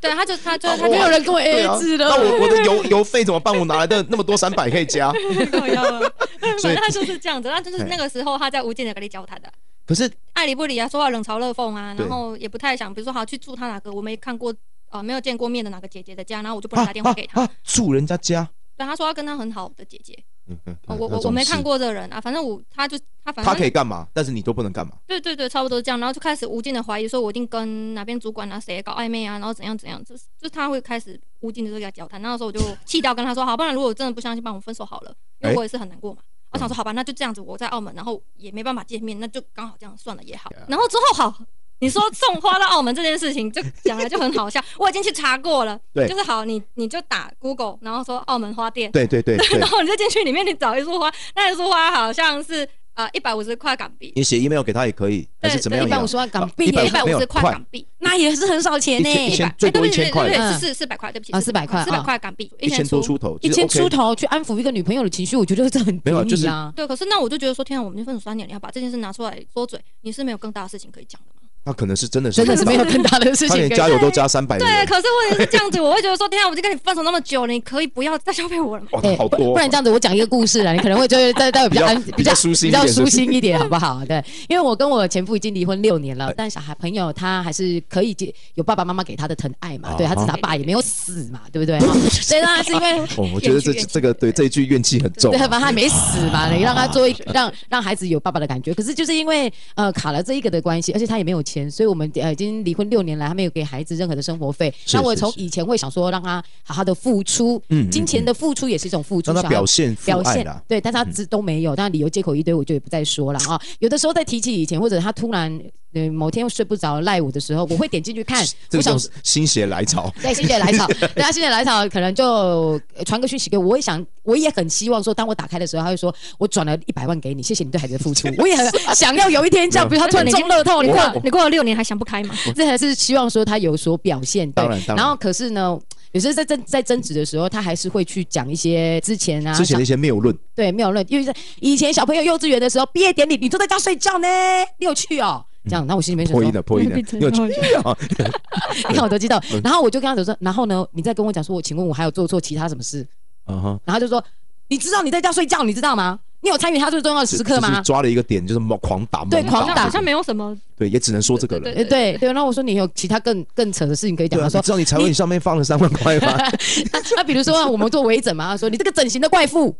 Speaker 3: 对，他就他就他
Speaker 2: 没
Speaker 3: 就
Speaker 2: 有人跟我
Speaker 1: 对
Speaker 2: A
Speaker 1: 啊
Speaker 2: A 制，
Speaker 1: 那
Speaker 2: 了。
Speaker 1: 我我的油油费怎么办？我哪来的那么多三百可以加？
Speaker 3: 跟我要了，
Speaker 1: 所以
Speaker 3: 反正他就是这样子，那就是
Speaker 1: 哎
Speaker 3: 那个时候他在无尽的跟你交谈的。
Speaker 1: 可是
Speaker 3: 爱理不理啊，说话冷嘲热讽啊，
Speaker 1: 对
Speaker 3: 然后也不太想，比如说好去住他哪个我没看过啊、呃没有见过面的哪个姐姐的家，然后我就不能打电话给他。
Speaker 1: 啊啊啊住人家家，
Speaker 3: 对，他说要跟他很好的姐姐，
Speaker 1: 嗯嗯
Speaker 3: 哦、我我我没看，过这个人啊，反正我他就他
Speaker 1: 那种事
Speaker 3: 反正
Speaker 1: 他可以干嘛？但是你都不能干嘛？
Speaker 3: 对对对，差不多是这样。然后就开始无尽的怀疑，说我一定跟哪边主管啊谁搞暧昧啊，然后怎样怎样，就是就他会开始无尽的跟他交谈。那时 候我就气到跟他说，好，不然如果我真的不相信，帮我们分手好了，因
Speaker 1: 哎嗯
Speaker 3: 为我也是很难过嘛。我想说，好吧，那就这样子，我在澳门，然后也没办法见面，那就刚好这样算了也好
Speaker 1: Yeah.。
Speaker 3: 然后之后好。你说送花到澳门这件事情，就讲来就很好笑。我已经去查过了，
Speaker 1: 对
Speaker 3: 就是好，你你就打 Google，然后说澳门花店，
Speaker 1: 对对对对
Speaker 3: 然，后你就进去里面，你找一束花，那一束花好像是呃一百五十块港币，
Speaker 1: 你写 email 给他也可以，还是
Speaker 3: 对
Speaker 1: 怎么
Speaker 3: 对
Speaker 1: 样也
Speaker 2: 一百
Speaker 1: 好？
Speaker 2: 五十万港
Speaker 1: 150
Speaker 2: 币耶，
Speaker 3: 一
Speaker 1: 没
Speaker 3: 百
Speaker 1: 有
Speaker 3: 五十块
Speaker 1: 块
Speaker 3: 港币，
Speaker 2: 哎那也是很少钱呢
Speaker 1: 一千一。千
Speaker 3: 哎
Speaker 1: 最多
Speaker 3: 对
Speaker 1: 一
Speaker 3: 不起
Speaker 1: 千块了，
Speaker 3: 对不
Speaker 2: 嗯
Speaker 3: 起是是四百块，对不起
Speaker 2: 啊400块
Speaker 3: 四百块港币，
Speaker 1: 一千多出。头，
Speaker 2: 一
Speaker 1: 就是
Speaker 2: 千
Speaker 1: OK
Speaker 2: 出头去安抚一个女朋友的情绪，我觉得这很
Speaker 1: 没有啊
Speaker 2: 便
Speaker 1: 就是
Speaker 2: 宜啊。
Speaker 3: 对，可是那我就觉得说，天啊，我们已经分手三年了，你要把这件事拿出来说嘴，你是没有更大的事情可以讲的吗？
Speaker 1: 那可能是真的是
Speaker 2: 真的是 没有更大的事
Speaker 1: 他
Speaker 2: 情
Speaker 1: 连
Speaker 2: 可以啊
Speaker 1: 加油都加三百元，
Speaker 3: 对，可是问题是这样子，我会觉得说，天啊，我就跟你分手那么久了，你可以不要再消费我了吗？
Speaker 1: 哇，
Speaker 2: 哎
Speaker 1: 好
Speaker 2: 不
Speaker 1: 多哦，
Speaker 2: 不然这样子，我讲一个故事啦，你可能会就是待待会比较安
Speaker 1: 比较比较舒心一
Speaker 2: 比
Speaker 1: 点
Speaker 2: 较
Speaker 1: 是
Speaker 2: 舒
Speaker 1: 不是哎
Speaker 2: 心一点，好不好？对，因为我跟我前夫已经离婚六年了，但小孩朋友他还是可以接有爸爸妈妈给他的疼爱嘛，对他
Speaker 1: 啊哈
Speaker 2: 他爸爸也没有死嘛，对 不对？哈所以让他是因为。
Speaker 1: 哦，我觉得这
Speaker 3: 怨气怨气
Speaker 1: 这个对这一句怨气很重
Speaker 2: 对，，反正他没死嘛，你让他做一 让让孩子有爸爸的感觉。可是就是因为呃卡了这一个的关系，而且他也没有钱，所以我们呃已经离婚六年来，他没有给孩子任何的生活费。
Speaker 1: 是
Speaker 2: 那我
Speaker 1: 是
Speaker 2: 从
Speaker 1: 是
Speaker 2: 以前会想说让他好好的付出，
Speaker 1: 嗯嗯
Speaker 2: 金钱的付出也是一种付出，
Speaker 1: 让他
Speaker 2: 想要
Speaker 1: 表现父
Speaker 2: 表
Speaker 1: 爱
Speaker 2: 现
Speaker 1: 啦。，
Speaker 2: 对，但是他这都没有，但理由借口一堆，我就也不再说了啊。有的时候在提起以前，或者他突然呃某天又睡不着赖我的时候，我会点进去看
Speaker 1: 这
Speaker 2: 我
Speaker 1: 种
Speaker 2: 想。
Speaker 1: 心血来潮，
Speaker 2: 对，心 血来潮，对他心血来潮，可能就呃传个讯息给我。我也想，我也很希望说，当我打开的时候，他会说我转了一百万给你，谢谢你对孩子的 付出。我也很想要有一天这样，比
Speaker 1: 没
Speaker 2: 如他突然中乐透，你
Speaker 3: 哦你过
Speaker 2: 看
Speaker 3: 了，你过了六年还想不开吗？
Speaker 2: 这还是希望说他有所表现。对
Speaker 1: 当然当然
Speaker 2: 然后可是呢，有时候在争在争执的时候，他还是会去讲一些之前啊，
Speaker 1: 之前的一些谬论，
Speaker 2: 对，没有论，因为是以前小朋友幼稚园的时候，毕业典礼你都在家睡觉呢，你有去哦？这样，那我心里面想
Speaker 1: 破
Speaker 2: 说
Speaker 1: 音，嗯的破音的，你有去啊？
Speaker 2: 你看我都知道。
Speaker 1: 嗯
Speaker 2: 然后我就跟他讲说，然后呢，你再跟我讲说，我请问我还有做错其他什么事？
Speaker 1: 啊哈，
Speaker 2: 然后他就说，你知道你在家睡觉，你知道吗？你有参与他最重要的时刻
Speaker 1: 就是
Speaker 2: 吗？
Speaker 1: 抓了一个点，就是猛狂打，
Speaker 2: 对
Speaker 1: 猛
Speaker 2: 狂
Speaker 3: 好像
Speaker 2: 打
Speaker 3: 好像没有什么，
Speaker 1: 对，也只能说这个
Speaker 3: 对
Speaker 1: 了。
Speaker 2: 呃，对对。然后我说你有其他更更扯的事情可以讲。
Speaker 1: 对啊，
Speaker 2: 他
Speaker 1: 你
Speaker 2: 说
Speaker 1: 知道你才会你上面放了三万块 吗？
Speaker 2: 那比如说啊我们做微整嘛，他说你这个整形的怪妇，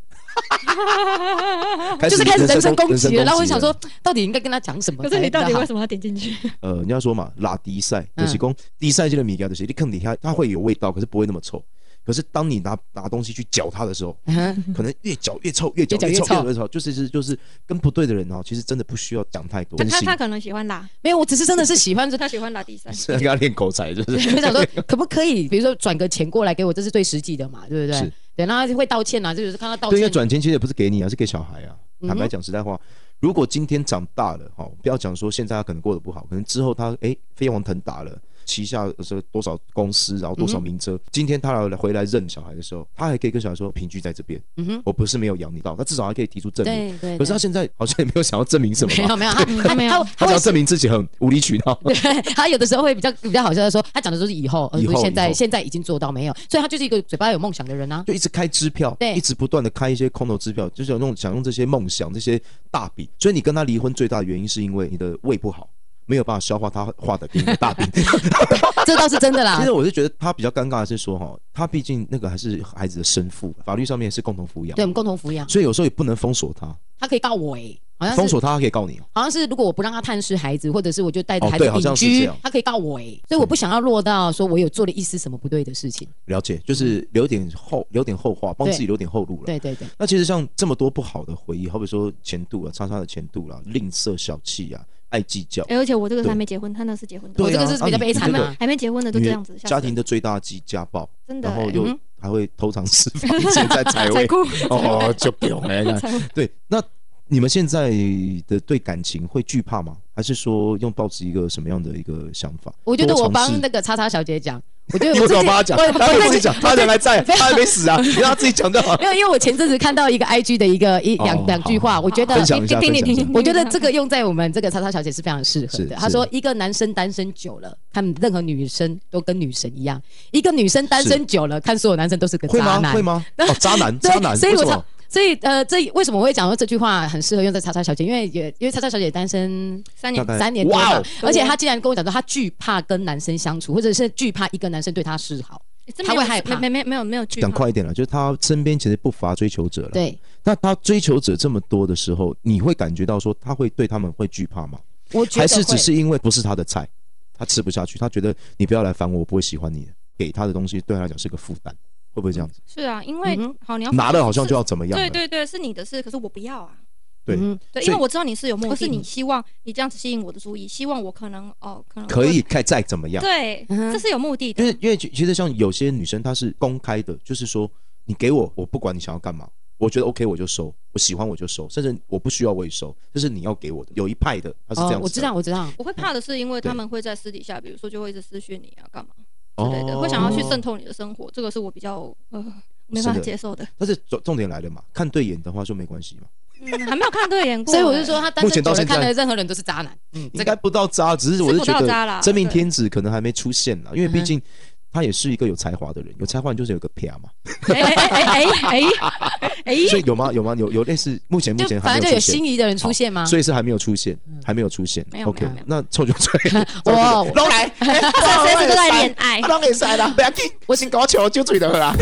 Speaker 2: 就是开始人身攻击了。然后我想说，到底应该跟他讲什么？
Speaker 3: 可是你到底为
Speaker 2: 么？
Speaker 3: 什么要点进去？
Speaker 1: 呃，嗯人家说嘛，拉低赛就是讲低赛这个米条，就是你坑底下它会有味道，可是不会那么臭。可是当你拿拿东西去搅它的时候，
Speaker 2: 嗯
Speaker 1: 可能越搅越臭，越搅
Speaker 2: 越搅
Speaker 1: 越
Speaker 2: 越
Speaker 1: 臭，
Speaker 2: 臭
Speaker 1: 越搅越臭，就是是就是跟不对的人哦，其实真的不需要讲太多，
Speaker 3: 就
Speaker 1: 真
Speaker 3: 他
Speaker 1: 心
Speaker 3: 他可能喜欢拉，
Speaker 2: 没有，我只是真的是喜欢这
Speaker 3: 他喜欢拉第三。
Speaker 1: 是 要练口才，就是
Speaker 2: 就想说可不可以，比如说转个钱过来给我，这是最实际的嘛，对不
Speaker 1: 是
Speaker 2: 对？对，然后他会道歉啊，这就是看到道
Speaker 1: 对，因为
Speaker 2: 歉，
Speaker 1: 转钱其实也不是给你啊，是给小孩啊。
Speaker 2: 嗯哼
Speaker 1: 坦白讲，实在话，如果今天长大了，哈、不要讲说现在他可能过得不好，可能之后他哎飞黄腾达了，旗下是多少公司，然后多少名
Speaker 2: 嗯
Speaker 1: 车，今天他来回来认小孩的时候，他还可以跟小孩说，平居在这边，
Speaker 2: 嗯哼，
Speaker 1: 我不是没有养你到，他至少还可以提出证明。
Speaker 2: 对对。
Speaker 1: 可是他
Speaker 2: 对
Speaker 1: 现在好像也没有想要证明什么
Speaker 2: 没
Speaker 1: 吧，
Speaker 2: 有没有，他他
Speaker 3: 没有
Speaker 1: 他
Speaker 2: 他他
Speaker 1: 想
Speaker 2: 会
Speaker 1: 要证明自己很无理取闹。
Speaker 2: 对， 他有的时候会比较比较好笑的说，他讲的都是以后，而
Speaker 1: 以
Speaker 2: 不
Speaker 1: 后
Speaker 2: 是现
Speaker 1: 以
Speaker 2: 在
Speaker 1: 后
Speaker 2: 现在已经做到没有，所以他就是一个嘴巴有梦想的人啊。
Speaker 1: 就一直开支票，
Speaker 2: 对
Speaker 1: 一直不断的开一些空头支票，就是有那种想用这些梦想、这些大饼。所以你跟他离婚最大的原因是因为你的胃不好，没有办法消化他画的给你的大 饼。
Speaker 2: 这倒是真的
Speaker 1: 其
Speaker 2: 啦
Speaker 1: 实。我是觉得他比较尴尬的是说哈，他毕竟那个还是孩子的生父，法律上面是共同抚养
Speaker 2: 对，我，们共同抚养，
Speaker 1: 所以有时候也不能封锁他，
Speaker 2: 他可以告我诶，好像
Speaker 1: 封
Speaker 2: 是
Speaker 1: 锁他他可以告你哦。
Speaker 2: 好像是如果我不让他探视孩子，或者是我就带着
Speaker 1: 哦
Speaker 2: 孩子
Speaker 1: 对好
Speaker 2: 隐
Speaker 1: 像是这
Speaker 2: 居
Speaker 1: 样，
Speaker 2: 他可以告我诶，所以我不想要落到说我有做了一丝什么不对的事情。
Speaker 1: 了解，就是留点后留点后话，帮
Speaker 2: 对
Speaker 1: 自己留点后路了。
Speaker 2: 对对对，
Speaker 1: 那其实像这么多不好的回忆，好比说前度啊、叉叉的前度啦、吝啬、小气啊、爱计较，
Speaker 3: 哎而且我这个是
Speaker 1: 对
Speaker 3: 还没结婚，他那是结婚的，
Speaker 1: 对
Speaker 2: 我
Speaker 1: 啊
Speaker 2: 这个是比较
Speaker 1: 啊你
Speaker 2: 悲惨
Speaker 1: 你这
Speaker 2: 的
Speaker 1: 个。
Speaker 3: 还没结婚的就
Speaker 1: 因
Speaker 3: 这
Speaker 1: 为
Speaker 3: 样子，吓死
Speaker 1: 家
Speaker 3: 人
Speaker 1: 庭的最大忌家暴，
Speaker 3: 真的
Speaker 1: 然
Speaker 3: 欸，
Speaker 1: 后又
Speaker 3: 嗯
Speaker 1: 还会偷藏私房钱在财
Speaker 3: 在
Speaker 1: 位，
Speaker 3: 哭，
Speaker 1: 哦，就囧哎。那
Speaker 3: 在哭
Speaker 1: 对，那你们现在的对感情会惧怕吗？还是说用抱持一个什么样的一个想法？
Speaker 2: 我觉得
Speaker 1: 多
Speaker 2: 我
Speaker 1: 尝试
Speaker 2: 帮那个叉叉小姐讲，我觉得
Speaker 1: 你
Speaker 2: 我
Speaker 1: 为
Speaker 2: 自
Speaker 1: 什
Speaker 2: 己
Speaker 1: 么帮他讲？
Speaker 2: 我
Speaker 1: 他
Speaker 2: 我
Speaker 1: 自己讲，他人还在，
Speaker 2: 没有
Speaker 1: 他还没死 啊，你让他自己讲就好。
Speaker 2: 没有，因为我前阵子看到一个 IG 的一个一
Speaker 1: 哦
Speaker 2: 两两句话，我觉得
Speaker 1: 分享一下
Speaker 3: 听听
Speaker 1: 分享一下
Speaker 3: 听，
Speaker 2: 我觉得这个用在我们这个叉叉小姐是非常适合
Speaker 1: 是
Speaker 2: 的。
Speaker 1: 是
Speaker 2: 她说，一个男生单身久了，看任何女生都跟女神一样；一个女生单身久了，看所有男生都是个
Speaker 1: 会
Speaker 2: 渣
Speaker 1: 吗？
Speaker 2: 男
Speaker 1: 会。吗？哦，渣男，
Speaker 2: 对
Speaker 1: 渣男，
Speaker 2: 所以
Speaker 1: 为
Speaker 2: 我
Speaker 1: 什
Speaker 2: 才
Speaker 1: 么？
Speaker 2: 所以呃，这为什么我会讲说这句话很适合用在叉叉小姐？因为也因为叉叉小姐单身
Speaker 1: 大
Speaker 3: 三年
Speaker 1: 概
Speaker 2: 三年多
Speaker 1: 哇
Speaker 2: 了
Speaker 1: 哦，
Speaker 2: 而且她竟然跟我讲说，她惧怕跟男生相处，或者是惧怕一个男生对她示好。
Speaker 3: 真
Speaker 2: 他
Speaker 3: 没有
Speaker 2: 会害怕
Speaker 3: 没没没没有没有惧怕
Speaker 1: 讲，快一点了，就是他身边其实不乏追求者了。
Speaker 2: 嗯对
Speaker 1: 那他追求者这么多的时候，你会感觉到说他会对他们会惧怕吗？
Speaker 2: 我觉得
Speaker 1: 还是只
Speaker 2: 会
Speaker 1: 是因为不是他的菜，他吃不下去，他觉得你不要来烦我，我不会喜欢你的，给他的东西对他来讲是个负担，会不会这样子？
Speaker 3: 是啊，因为
Speaker 2: 嗯哼
Speaker 3: 好你要
Speaker 1: 拿了好像
Speaker 3: 是
Speaker 1: 就要怎么样了？
Speaker 3: 对对对，是你的事，可是我不要啊。
Speaker 1: 对
Speaker 2: 嗯
Speaker 3: 对，
Speaker 1: 所以
Speaker 3: 因为我知道你是有目
Speaker 2: 或
Speaker 3: 的，
Speaker 2: 是
Speaker 3: 是你
Speaker 2: 你
Speaker 3: 希望你这样子吸引我的注意，希望我可能哦，可能
Speaker 1: 可
Speaker 3: 会
Speaker 1: 以再再怎么样？
Speaker 3: 对，
Speaker 2: 嗯哼
Speaker 3: 这是有目的的
Speaker 1: 因。为因为其其实像有些女生她是公开的，就是说你给我，我不管你想要干嘛，我觉得 OK 我就收，我喜欢我就收，甚至我不需要我也收，这是你要给我的。有一派的她是这样子的、
Speaker 2: 哦，我知道，我知道。
Speaker 3: 我会怕的是，因为
Speaker 1: 对
Speaker 3: 他们会在私底下，比如说就会一直私讯你啊，干嘛
Speaker 1: 哦，
Speaker 3: 之类的，会想要去渗透你的生活，这个是我比较呃没办法接受的。
Speaker 1: 但是重重点来了嘛，看对眼的话就没关系嘛，
Speaker 3: 嗯，还没有看对眼过，
Speaker 2: 所以我就说，他单
Speaker 1: 目前
Speaker 2: 身
Speaker 1: 到
Speaker 2: 久了
Speaker 1: 现在
Speaker 2: 看的任何人都是渣男。嗯，
Speaker 1: 应该不到渣，只是我是觉
Speaker 3: 是不到渣
Speaker 1: 得
Speaker 3: 啦
Speaker 1: 真命
Speaker 3: 对
Speaker 1: 天子可能还没出现啦，因为毕
Speaker 2: 嗯
Speaker 1: 竟他也是一个有才华的人，有才华你就是有个啪嘛，
Speaker 3: 哎哎哎哎哎哎，
Speaker 1: 所以有吗？有吗？有有类似目前目
Speaker 2: 就
Speaker 1: 前还
Speaker 2: 反
Speaker 1: 没
Speaker 2: 正
Speaker 1: 有出
Speaker 2: 就有
Speaker 1: 现
Speaker 2: 心。仪的人出现吗？
Speaker 1: 所以是还没有出现，还没有出现
Speaker 3: 嗯没。有
Speaker 1: OK，
Speaker 3: 没有没有
Speaker 1: 那臭就 吹，
Speaker 2: 哇
Speaker 1: 都来，
Speaker 3: 哎这
Speaker 1: 随
Speaker 3: 随时都在恋爱。
Speaker 1: 拢会使啦，不要紧，我先搞笑酒醉就好啦。